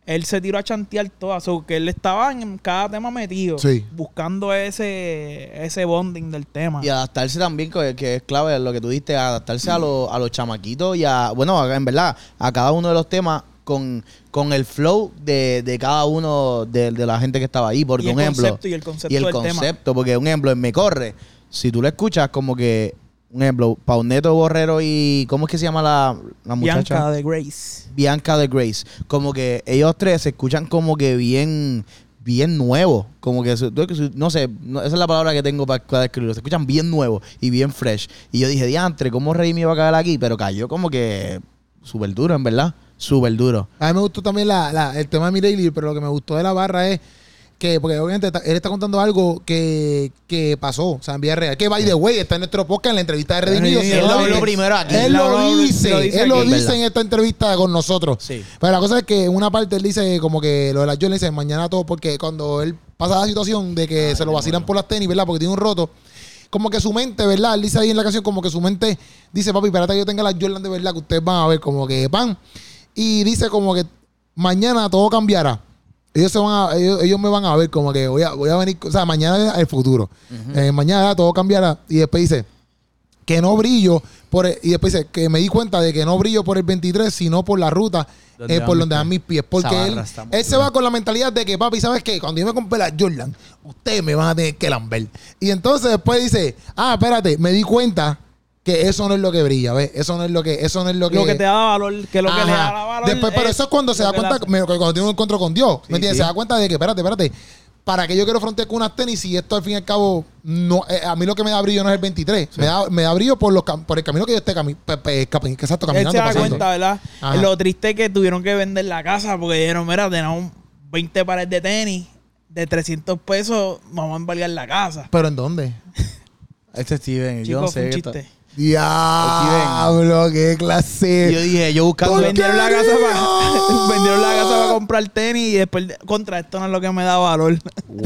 S4: él se tiró a chantear todas. O sea, que él estaba en cada tema metido,
S1: Sí.
S4: buscando ese, ese bonding del tema.
S2: Y adaptarse también, que, que es clave lo que tú diste, adaptarse a, los- a los chamaquitos y a, bueno, a- en verdad, a cada uno de los temas con, con el flow de, de cada uno de, de la gente que estaba ahí. Porque
S4: Y el
S2: un ejemplo.
S4: concepto, y el concepto del tema.
S2: concepto, porque un ejemplo, en Me Corre, si tú lo escuchas, como que, un ejemplo, Pauneto Borrero y. ¿Cómo es que se llama la, la muchacha?
S4: Bianca de Grace.
S2: Bianca de Grace. Como que ellos tres se escuchan como que bien, bien nuevos. Como que, su- su- no sé, no- esa es la palabra que tengo para, para describirlo. Se escuchan bien nuevos y bien fresh. Y yo dije, diantre, ¿cómo Rey me iba a caer aquí? Pero cayó como que súper duro, en verdad. Súper duro.
S1: A mí me gustó también la, la- el tema de Mireille, pero lo que me gustó de la barra es que, porque obviamente está- él está contando algo que, que pasó, o sea, en vida real. Que by the way, está en nuestro podcast, en la entrevista de Redimido.
S4: Sí,
S1: se
S4: él lo
S1: habla.
S4: habló
S2: primero aquí.
S1: Él
S4: Él
S1: lo
S4: lo-
S1: dice,
S4: lo dice
S1: él lo
S2: aquí,
S1: dice
S2: ¿verdad?
S1: en esta entrevista con nosotros.
S2: Sí.
S1: Pero la cosa es que en una parte él dice como que lo de la John le dice mañana todo, porque cuando él pasa la situación de
S4: Ah,
S1: que se lo vacilan por las tenis, ¿verdad? Porque tiene un roto. Como que su mente, ¿verdad? Él dice ahí en la canción, como que su mente dice, papi, espérate que yo tenga las Jordan de verdad, que ustedes van a ver, como que pan. Y dice como que mañana todo cambiará. Ellos, se van a- ellos, ellos me van a ver como que voy a, voy a venir, o sea, mañana es el futuro. Eh, mañana todo cambiará. Y después dice, que no brillo por el- y después dice que me di cuenta de que no brillo por el 23 sino por la ruta
S2: Donde
S1: eh,
S2: van
S1: por
S2: mis
S1: donde dan
S2: pies.
S1: mis pies porque
S2: Esa
S1: él,
S2: barra está muy
S1: él se va con la mentalidad de que papi sabes qué cuando yo me compré la Jordan ustedes me van a tener que lamber y entonces después dice ah espérate me di cuenta que eso no es lo que brilla, ¿ves? Eso no es lo que, eso no es lo que.
S4: Lo que te da valor, que lo que le da
S1: Ajá.
S4: valor.
S1: Después, pero eso es cuando se
S4: lo
S1: da
S4: que le
S1: cuenta,
S4: hace.
S1: me- cuando tiene un encuentro con Dios,
S2: Sí,
S1: ¿me entiendes?
S2: sí.
S1: Se da cuenta de que, espérate, espérate, ¿para que yo quiero frontear con unas tenis si esto al fin y al cabo, no, eh, a mí lo que me da brillo no es el 23, me, da, me da brillo por, los, cam- por el camino que yo esté cami pe- pe- capi- que exacto,
S4: Él
S1: caminando,
S4: se da
S1: pasando.
S4: cuenta, ¿verdad?
S1: Ajá.
S4: Lo triste es que tuvieron que vender la casa porque dijeron, mira, tenemos 20 pares de tenis de 300 pesos, vamos a embargar la casa.
S1: ¿Pero en dónde?
S2: Este Steven, yo no
S4: Chicos, fue
S2: sé.
S4: un
S2: qué está-
S4: chiste.
S1: Diablo, qué clase.
S2: Yo dije, yo buscando.
S1: ¿Por
S4: Vendieron la, casa
S1: ¡Porquería!
S4: para, vendieron la casa para comprar tenis y después, de- contra, esto no es lo que me da valor.
S2: Wow.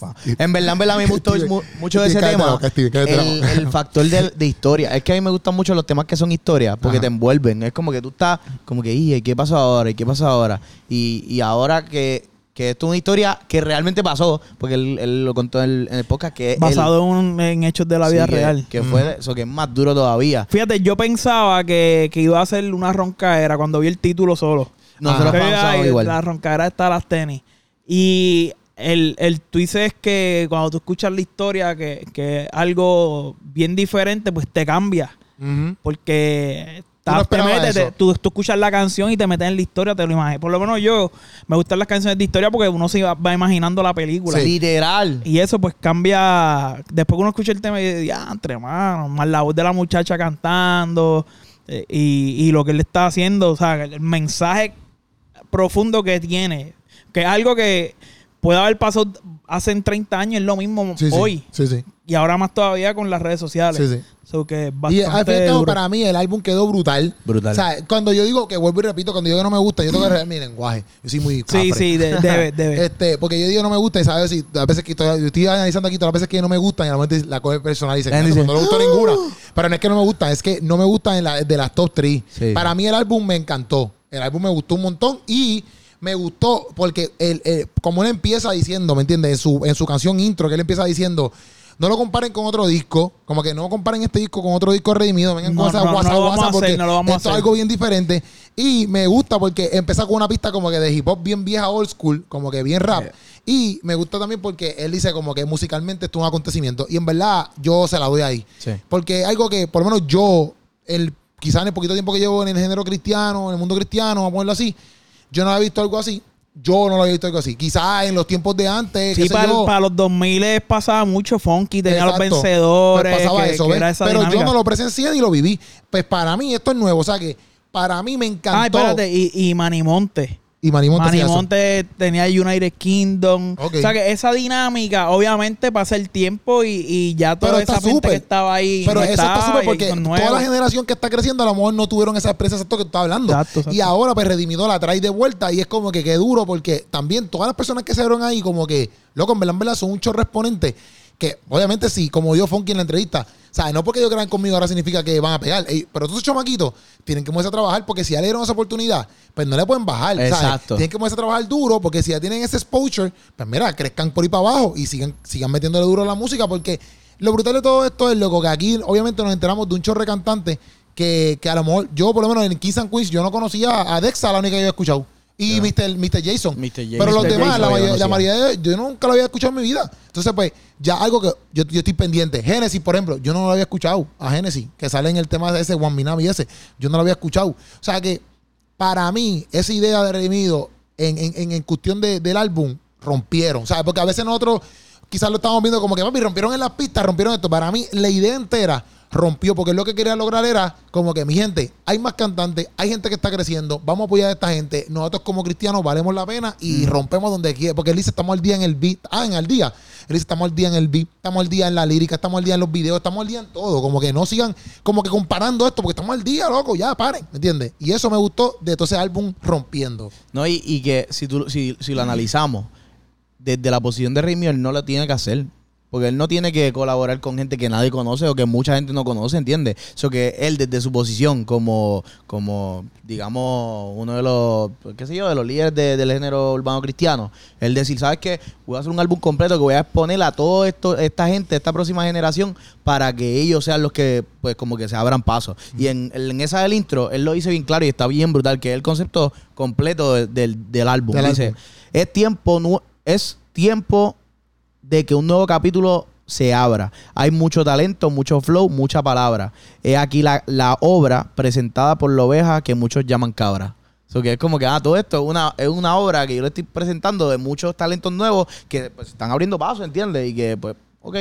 S2: wow. En verdad, en verdad, a mí me gustó
S1: Steven,
S2: mu- mucho de ese
S1: Steven, cállate la
S2: tema.
S1: boca, Steven, cállate la
S2: el,
S1: boca.
S2: el factor de, de historia. Es que a mí me gustan mucho los temas que son historias porque
S1: Ajá.
S2: te envuelven. Es como que tú estás, como que, "Ih, ¿y qué pasó ahora? ¿Y qué pasó ahora? Y, y ahora que, que esto es una historia que realmente pasó, porque él, él lo contó en el, en el podcast, que es.
S4: Basado en, un- en hechos de la vida
S2: eh,
S4: real.
S2: Que fue eso, que es más duro todavía.
S4: Fíjate, yo pensaba que, que iba a ser una roncadera cuando vi el título solo.
S2: Nosotros
S4: Que
S2: pensamos
S4: ay,
S2: igual.
S4: La roncadera está las tenis. Y el, el twist es que cuando tú escuchas la historia, que, que algo bien diferente, pues te cambia.
S1: Ujú.
S4: Porque
S1: Tú no
S4: ta- te
S1: esperabas
S4: metes, te-
S1: eso.
S4: tú, tú escuchas la canción y te metes en la historia, te lo imaginas. Por lo menos yo me gustan las canciones de historia porque uno se va, va imaginando la película.
S1: Sí.
S2: Literal.
S4: Y eso pues cambia. Después que uno escucha el tema y dice, entre mano, más la voz de la muchacha cantando eh, y, y lo que él está haciendo, o sea, el mensaje profundo que tiene, que es algo que puede haber pasado hace 30 años, es lo mismo
S1: Sí, sí.
S4: hoy.
S1: Sí, sí.
S4: Y ahora más todavía con las redes sociales.
S1: Sí, sí.
S4: So que es
S1: Y
S4: bastante
S1: al fin y al cabo,
S4: duro.
S1: para mí, el álbum quedó brutal.
S2: Brutal.
S1: O sea, cuando yo digo que vuelvo y repito, cuando yo digo que no me gusta, yo tengo que arreglar mi lenguaje. Yo soy muy.
S4: Sí,
S1: cafre.
S4: sí, de- debe, debe.
S1: Ah, Este, porque yo digo no me gusta, y sabes, si a veces que estoy, yo estoy analizando aquí todas las veces que no me gustan, y a la momento la coge personal y dice,
S2: La gente
S1: "Cacho,
S2: dice,
S1: no le gustó ninguna. Pero no es que no me gustan, es que no me gustan en la- de las top 3.
S2: Sí.
S1: Para mí el álbum me encantó. El álbum me gustó un montón y me gustó porque el, el- como él empieza diciendo, ¿me entiendes? En su, en su canción intro, que él empieza diciendo. No lo comparen con otro disco, como que no comparen este disco con otro disco redimido, vengan con
S4: No,
S1: esa
S4: no, no
S1: guasa
S4: lo vamos
S1: guasa
S4: a hacer,
S1: porque
S4: no lo vamos a
S1: esto es
S4: hacer.
S1: algo algo bien diferente. Y me gusta porque empieza con una pista como que de hip hop bien vieja, old school, como que bien rap. Y me gusta también porque él dice como que musicalmente esto es un acontecimiento. Y en verdad, yo se la doy ahí.
S2: Sí.
S1: Porque es algo que, por lo menos yo, el, quizás en el poquito tiempo que llevo en el género cristiano, en el mundo cristiano, vamos a ponerlo así, yo no había visto algo así. Yo no lo había visto algo así. Quizás en los tiempos de antes. qué
S4: Sí,
S1: sé
S4: para,
S1: yo.
S4: para los 2000 pasaba mucho funky, tenía
S1: Exacto.
S4: los vencedores,
S1: Pues pasaba
S4: que-
S1: eso,
S4: que
S1: ¿ves?
S4: era esa
S1: Pero yo
S4: dinámica.
S1: no lo presencié ni lo viví. Pues para mí esto es nuevo. O sea que para mí me encantó.
S4: Ay, espérate, y, y Manimonte.
S1: Y Manny Montes y eso.
S4: Manimonte tenía United Kingdom.
S1: Ok.
S4: O sea que esa dinámica, obviamente, pasa el tiempo y, y ya
S1: Pero
S4: toda
S1: está
S4: esa gente
S1: súper.
S4: que estaba ahí.
S1: Pero
S4: no
S1: eso
S4: estaba,
S1: está súper
S4: y
S1: porque
S4: son
S1: toda la
S4: nuevos.
S1: generación que está creciendo a lo mejor no tuvieron esa experiencia exacto que tú estás hablando.
S4: Exacto, exacto.
S1: Y ahora pues Redimido la trae de vuelta y es como que qué duro porque también todas las personas que se vieron ahí como que, loco, en verdad, en verdad son un chorro exponente que obviamente sí, como dijo Funky en la entrevista, o sea, no porque ellos crean conmigo ahora significa que van a pegar, Ey, pero todos esos chamaquitos tienen que moverse a trabajar porque si ya le dieron esa oportunidad, pues no le pueden bajar, ¿sabes?
S2: Exacto.
S1: Tienen que moverse a trabajar duro porque si ya tienen ese exposure, pues mira, crezcan por ahí para abajo y sigan, sigan metiéndole duro a la música porque lo brutal de todo esto es, loco, que aquí obviamente nos enteramos de un chorro de cantantes que, que a lo mejor, yo por lo menos en Kings and Queens, yo no conocía a Dexa, la única que yo he escuchado. Y Mr. Mr. Jason.
S2: Mr. Jason.
S1: Pero los
S2: Mr.
S1: demás,
S2: Jason
S1: la,
S2: yo
S1: mayoría- la
S2: conocía.
S1: mayoría de yo nunca lo había escuchado en mi vida. Entonces, pues, ya algo que yo, yo estoy pendiente. Genesis, por ejemplo, yo no lo había escuchado a Genesis, que sale en el tema de ese One Minami ese. Yo no lo había escuchado. O sea que, para mí, esa idea de Redimido en, en, en, en cuestión de- del álbum, rompieron. ¿Sabes? Porque a veces nosotros quizás lo estamos viendo como que, papi, rompieron en las pistas, rompieron esto. Para mí, la idea entera rompió, porque lo que quería lograr era como que, mi gente, hay más cantantes, hay gente que está creciendo, vamos a apoyar a esta gente. Nosotros como cristianos valemos la pena y rompemos donde quiera. Porque él dice, estamos al día en el beat. Ah, en el día. Él dice, estamos al día en el beat, estamos al día en la lírica, estamos al día en los videos, estamos al día en todo. Como que no sigan como que comparando esto, porque estamos al día, loco, ya, paren, ¿me entiendes? Y eso me gustó de todo ese álbum rompiendo.
S2: No, y, y que si, tú, si, si lo analizamos, desde la posición de Rimio, él no lo tiene que hacer. Porque él no tiene que colaborar con gente que nadie conoce o que mucha gente no conoce, ¿entiendes? Eso que él, desde su posición como, como digamos, uno de los, qué sé yo, de los líderes de- del género urbano cristiano, él decir, ¿sabes qué? Voy a hacer un álbum completo que voy a exponer a toda esta gente, esta próxima generación, para que ellos sean los que, pues, como que se abran paso. Y en, en esa del intro, él lo dice bien claro y está bien brutal, que es el concepto completo de- del, del álbum.
S1: Del
S2: dice,
S1: álbum.
S2: es tiempo, nu- es tiempo de que un nuevo capítulo se abra. Hay mucho talento, mucho flow, mucha palabra. Es aquí la, la obra presentada por la oveja que muchos llaman cabra. So que es como que, ah, todo esto es una, es una obra que yo le estoy presentando de muchos talentos nuevos que pues, están abriendo pasos, ¿entiendes? Y que, pues, ok.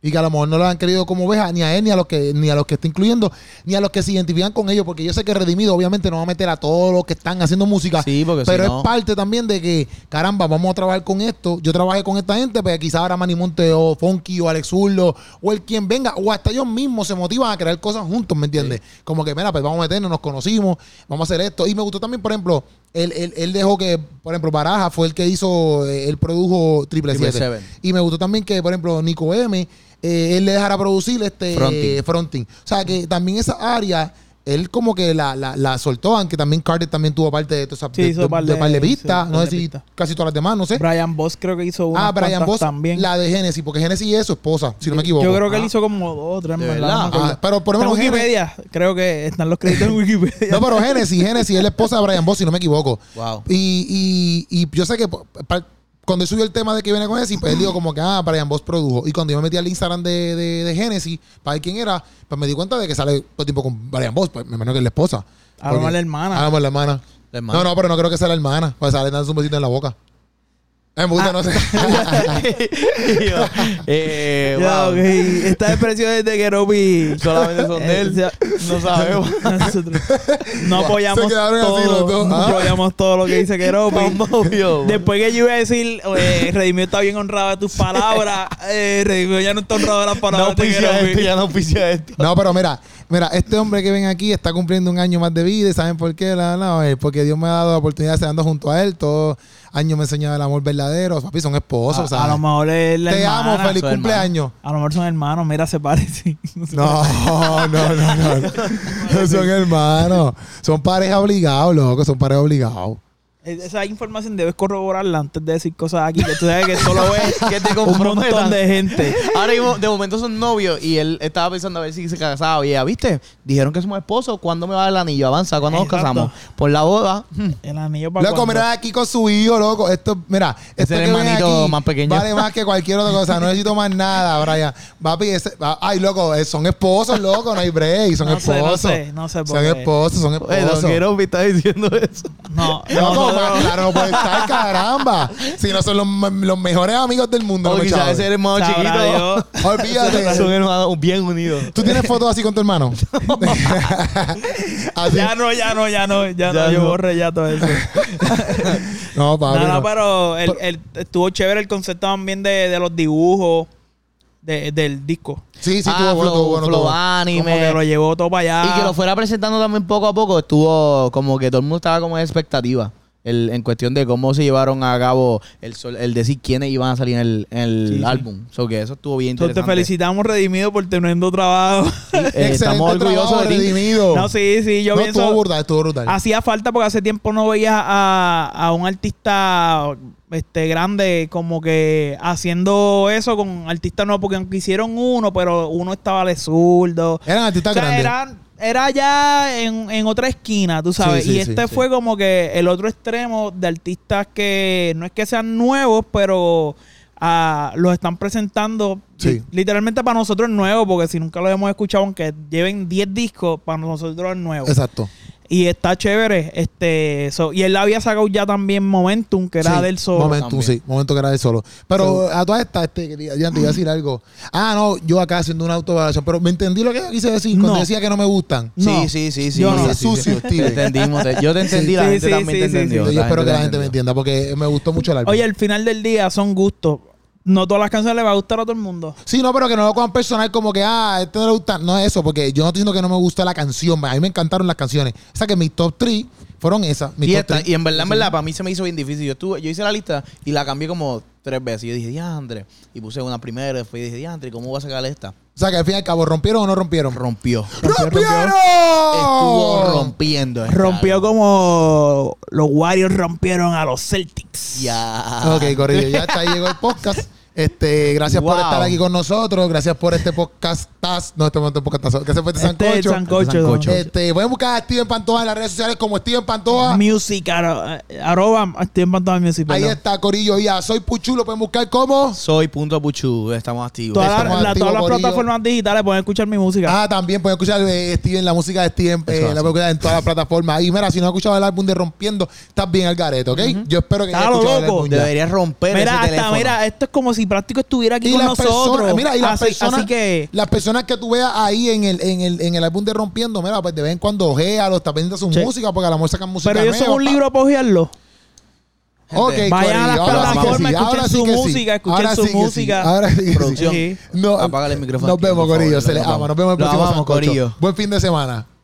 S1: Y que a lo mejor no lo han querido como oveja, ni a él, ni a los que, ni a los que está incluyendo, ni a los que se identifican con ellos, porque yo sé que Redimido obviamente no va a meter a todos los que están haciendo música.
S2: Sí, porque si
S1: pero
S2: no-
S1: es parte también de que, caramba, vamos a trabajar con esto. Yo trabajé con esta gente, pero quizás ahora Manny Monte o Funky o Alex Zurdo o el quien venga, o hasta ellos mismos se motivan a crear cosas juntos, ¿me entiendes? Como que, mira, pues vamos a meternos, nos conocimos, vamos a hacer esto. Y me gustó también, por ejemplo, él, él- él dejó que, por ejemplo, Baraja fue el que hizo, eh, él produjo Triple
S2: Triple
S1: 7.
S2: Seven.
S1: Y me gustó también que, por ejemplo, Nico M, eh, él le dejara producir este
S2: Fronting.
S1: eh, fronting. O sea, que también esa área, él como que la, la, la soltó, aunque también Carter también tuvo parte de, todas esas-
S4: Sí,
S1: de,
S4: hizo
S1: de-
S4: par
S1: de
S4: de-
S1: par de pistas,
S4: sí,
S1: no
S4: par
S1: sé
S4: de
S1: si
S4: pistas.
S1: casi todas las demás, no sé.
S4: Brian Voss creo que hizo una
S1: ah, Brian Boss,
S4: también.
S1: la de Genesis, porque Genesis es su esposa, si no me equivoco.
S4: Yo creo que él
S1: Ah.
S4: hizo como dos, tres,
S2: ¿De
S4: en
S2: verdad?
S4: no me acuerdo.
S1: Ah, pero por lo
S4: Está en
S1: menos Genesis-
S4: Wikipedia, creo que están los créditos en Wikipedia.
S1: No, pero Genesis, Genesis es la esposa de Brian Boss, si no me equivoco.
S2: Wow.
S1: Y, y, y yo sé que pa- pa- cuando él subió el tema de que viene con Genesis, pues él dijo como que, ah, Brian Boss produjo. Y cuando yo me metí al Instagram de, de, de Genesis para ver quién era, pues me di cuenta de que sale todo el tiempo con Brian Boss, pues me imagino que es la esposa.
S4: A lo
S1: Porque- Ah,
S4: mejor la hermana.
S1: A lo mejor la hermana.
S2: La hermana.
S1: No, no, pero no creo que sea la hermana, pues sale dando un besito en la boca. En
S4: Ah.
S1: puta, no sé.
S2: Y yo, eh,
S4: Ya,
S2: wow.
S4: ok. Esta expresión es de que Roby
S2: Solamente son de él. Eh, No sabemos.
S4: Nosotros no apoyamos
S1: Se quedaron así
S4: todo,
S1: los dos.
S4: no
S1: Ah.
S4: apoyamos todo lo que dice Keropi.
S2: Obvio.
S4: Después que yo iba a decir, eh, Redimido está bien honrado de tus palabras, eh, Redimido ya no está honrado de las
S2: no
S4: palabras
S1: pues,
S4: de
S2: auspicia
S4: Keropi.
S2: esto, ya no auspicia esto.
S1: No, pero mira, mira, este hombre que ven aquí está cumpliendo un año más de vida y ¿saben por qué? La, la- eh, porque Dios me ha dado la oportunidad de estar andando junto a él. Todo año me enseñaba el amor verdadero. Papi, son esposos,
S4: a, a
S1: ¿sabes?
S4: lo mejor es la
S1: Te
S4: hermana.
S1: amo, feliz
S2: su hermana.
S1: cumpleaños.
S4: A lo mejor son hermanos, mira, se parecen. se
S1: No, no, no, no. no. son hermanos. Son pareja obligados, loco. Son pareja obligados.
S4: Es- Esa información debes corroborarla antes de decir cosas aquí, que tú sabes que solo ves
S2: Que te
S4: un
S2: comprometan.
S4: montón de gente.
S2: Ahora mismo, de momento son novios y él estaba pensando a ver si se casaba. Y ella, ¿viste? Dijeron que somos esposos. ¿Cuándo me va a dar el anillo? Avanza, ¿cuándo
S4: Exacto.
S2: nos casamos? Por la boda.
S4: El anillo para
S1: Loco, mira aquí con su hijo, loco. Esto, mira,
S2: Es
S1: esto
S2: el
S1: que ven
S2: hermanito
S1: aquí
S2: más pequeño.
S1: Vale más que cualquier otra cosa. No necesito más nada, Brian. Papi, ese- ay, loco, eh, son esposos, loco. No hay break. Son
S4: No sé, no
S1: esposos.
S4: sé, no sé por
S1: Son
S4: qué.
S1: esposos, son
S2: Eh,
S1: esposos.
S2: Don Quirón me está diciendo eso.
S4: No,
S1: No,
S4: no, no, no.
S1: claro, no puede estar, caramba. Si no son los, me- los mejores amigos del mundo,
S2: O
S1: no me
S2: quizás
S1: chaves.
S2: ese hermano
S4: Sabrá
S2: chiquito.
S4: Dios.
S2: Son
S1: Olvídate.
S2: hermanos bien unidos.
S1: ¿Tú tienes fotos así con tu hermano? Así-
S4: Ya no, ya no, ya no, ya,
S2: Ya
S4: no, yo
S2: no.
S4: borré ya todo eso.
S1: No, papi.
S4: Nada,
S1: no.
S4: pero el, el- estuvo chévere el concepto también de, de los dibujos de- del disco.
S1: Sí, sí,
S2: ah,
S1: tuvo bueno,
S2: flow,
S1: tuvo bueno,
S2: flow
S1: tuvo bueno.
S2: anime.
S4: Como que lo llevó todo para allá.
S2: Y que lo fuera presentando también poco a poco, estuvo como que todo el mundo estaba como en expectativa. el- en cuestión de cómo se llevaron a cabo el, sol- el decir quiénes iban a salir en el, en el
S4: Sí, sí.
S2: álbum. So que eso estuvo bien
S4: Entonces,
S2: interesante.
S4: te felicitamos, Redimido, por tremendo trabajo.
S2: Eh, estamos
S1: Excelente
S2: orgullosos
S1: trabajo,
S2: de ti.
S1: redimido.
S4: No, sí, sí, yo
S1: Oh. no, estuvo
S4: pienso.
S1: brutal, estuvo brutal.
S4: Hacía falta porque hace tiempo no veía a, a un artista este grande como que haciendo eso con artistas nuevos, porque aunque hicieron uno, pero uno estaba de zurdo.
S1: Eran artistas
S4: O sea,
S1: grandes.
S4: era, era ya en, en otra esquina, tú sabes.
S1: Sí, sí,
S4: y este
S1: sí, sí.
S4: fue como que el otro extremo de artistas que no es que sean nuevos, pero ah, los están presentando
S1: Sí.
S4: li- literalmente para nosotros es nuevo, porque si nunca los hemos escuchado, aunque lleven 10 discos, para nosotros es nuevo.
S1: Exacto.
S4: Y está chévere. este so- Y él había sacado ya también Momentum, que era
S1: Sí,
S4: del solo.
S1: Momentum,
S2: también.
S1: sí. Momento que era del solo. Pero a todas estas, este, quería- ya te iba a decir algo. Ah, no, yo acá haciendo una autoevaluación. Pero me entendí lo que quise decir cuando
S4: No.
S1: decía que no me gustan.
S4: No.
S2: Sí, sí, sí, sí.
S1: Yo
S2: sí,
S1: no.
S2: sí, sí.
S1: Sucio,
S2: Te
S1: Steven.
S2: entendimos. te- yo te entendí, la
S4: Sí,
S2: gente
S4: sí,
S2: también
S4: sí,
S2: te
S4: sí, sí.
S2: entendió.
S1: Yo, espero que la gente me
S2: entendió.
S1: entienda porque me gustó mucho el álbum.
S4: Oye, al final del día son gustos. No todas las canciones le va a gustar a todo el mundo.
S1: Sí, no, pero que no lo cojan personal como que, ah, este no le gusta. No es eso, porque yo no estoy diciendo que no me gusta la canción. A mí me encantaron las canciones. O sea que mis top 3 fueron esas. Mis
S2: Sí,
S1: top
S2: está-
S1: three.
S2: y en verdad, en verdad, para mí se me hizo bien difícil. Yo estuve, yo hice la lista y la cambié como tres veces. Yo dije, diantre. Y puse una primera, después dije, diantre, ¿cómo voy a sacar esta?
S1: O sea que al fin y al cabo, ¿rompieron o no rompieron?
S2: Rompió.
S1: ¡Rompieron!
S2: Estuvo rompiendo. esta
S4: Rompió como los Warriors rompieron a los Celtics.
S2: Ya.
S1: Ok, Corrido, ya está ahí llegó el podcast. Este, gracias por
S2: Wow.
S1: estar aquí con nosotros. Gracias por este podcast. No, este momento podcastazo. Gracias por este
S4: Este es el
S1: sancocho.
S4: sancocho.
S2: sancocho.
S1: Este, voy a buscar a Steven Pantoja en las redes sociales como Steven Pantoja.
S4: Music, aro- arroba, estoy en pantalla music,
S1: Ahí
S4: perdón.
S1: está, Corillo. Ya, soy Puchu. Lo pueden buscar como.
S2: Soy punto Puchu, estamos activos.
S4: Todas las-
S1: Estamos
S4: las-
S1: activos,
S4: todas las
S1: Corillo.
S4: plataformas digitales pueden escuchar mi música.
S1: Ah, también pueden escuchar eh, Steven, la música de Steven, eh,
S2: Eso hace.
S1: la música en todas las plataformas. Y mira, si no has escuchado el álbum de Rompiendo, estás bien al garete, ¿ok? Yo espero que
S4: Está
S1: hayas
S4: lo
S1: escuchado el
S4: loco.
S1: álbum ya.
S2: Deberías romper ese
S4: mira, hasta,
S2: teléfono.
S4: mira, esto es como si práctico estuviera aquí con nosotros.
S1: personas- mira, y las
S4: así,
S1: personas,
S4: así que
S1: las personas que tú veas ahí en el, en el, en el álbum de Rompiendo, mira, pues de vez en cuando ojea, los está pendiente de su
S4: Sí.
S1: música, porque a lo mejor sacan música.
S4: pero yo
S1: nueva,
S4: soy un
S1: pa.
S4: libro para hojearlo.
S1: Ok,
S2: Gente,
S4: vayan a las
S1: Corillo, ahora sí que
S4: plataformas,
S1: sí,
S4: escuchen
S1: ahora sí
S4: su
S1: que sí,
S4: música, escuchen
S1: ahora
S4: su
S1: sí que sí,
S4: música.
S1: Ahora sí que sí.
S2: Producción.
S4: Sí.
S1: No,
S2: Apágale el micrófono
S1: Nos
S2: aquí,
S1: vemos,
S2: por favor,
S1: Corillo. Se
S2: nos
S1: les ama.
S2: vamos.
S1: Nos vemos en el
S2: Los
S1: próximo
S2: amamos,
S1: Sancocho.
S2: Corillo.
S1: Buen fin de semana.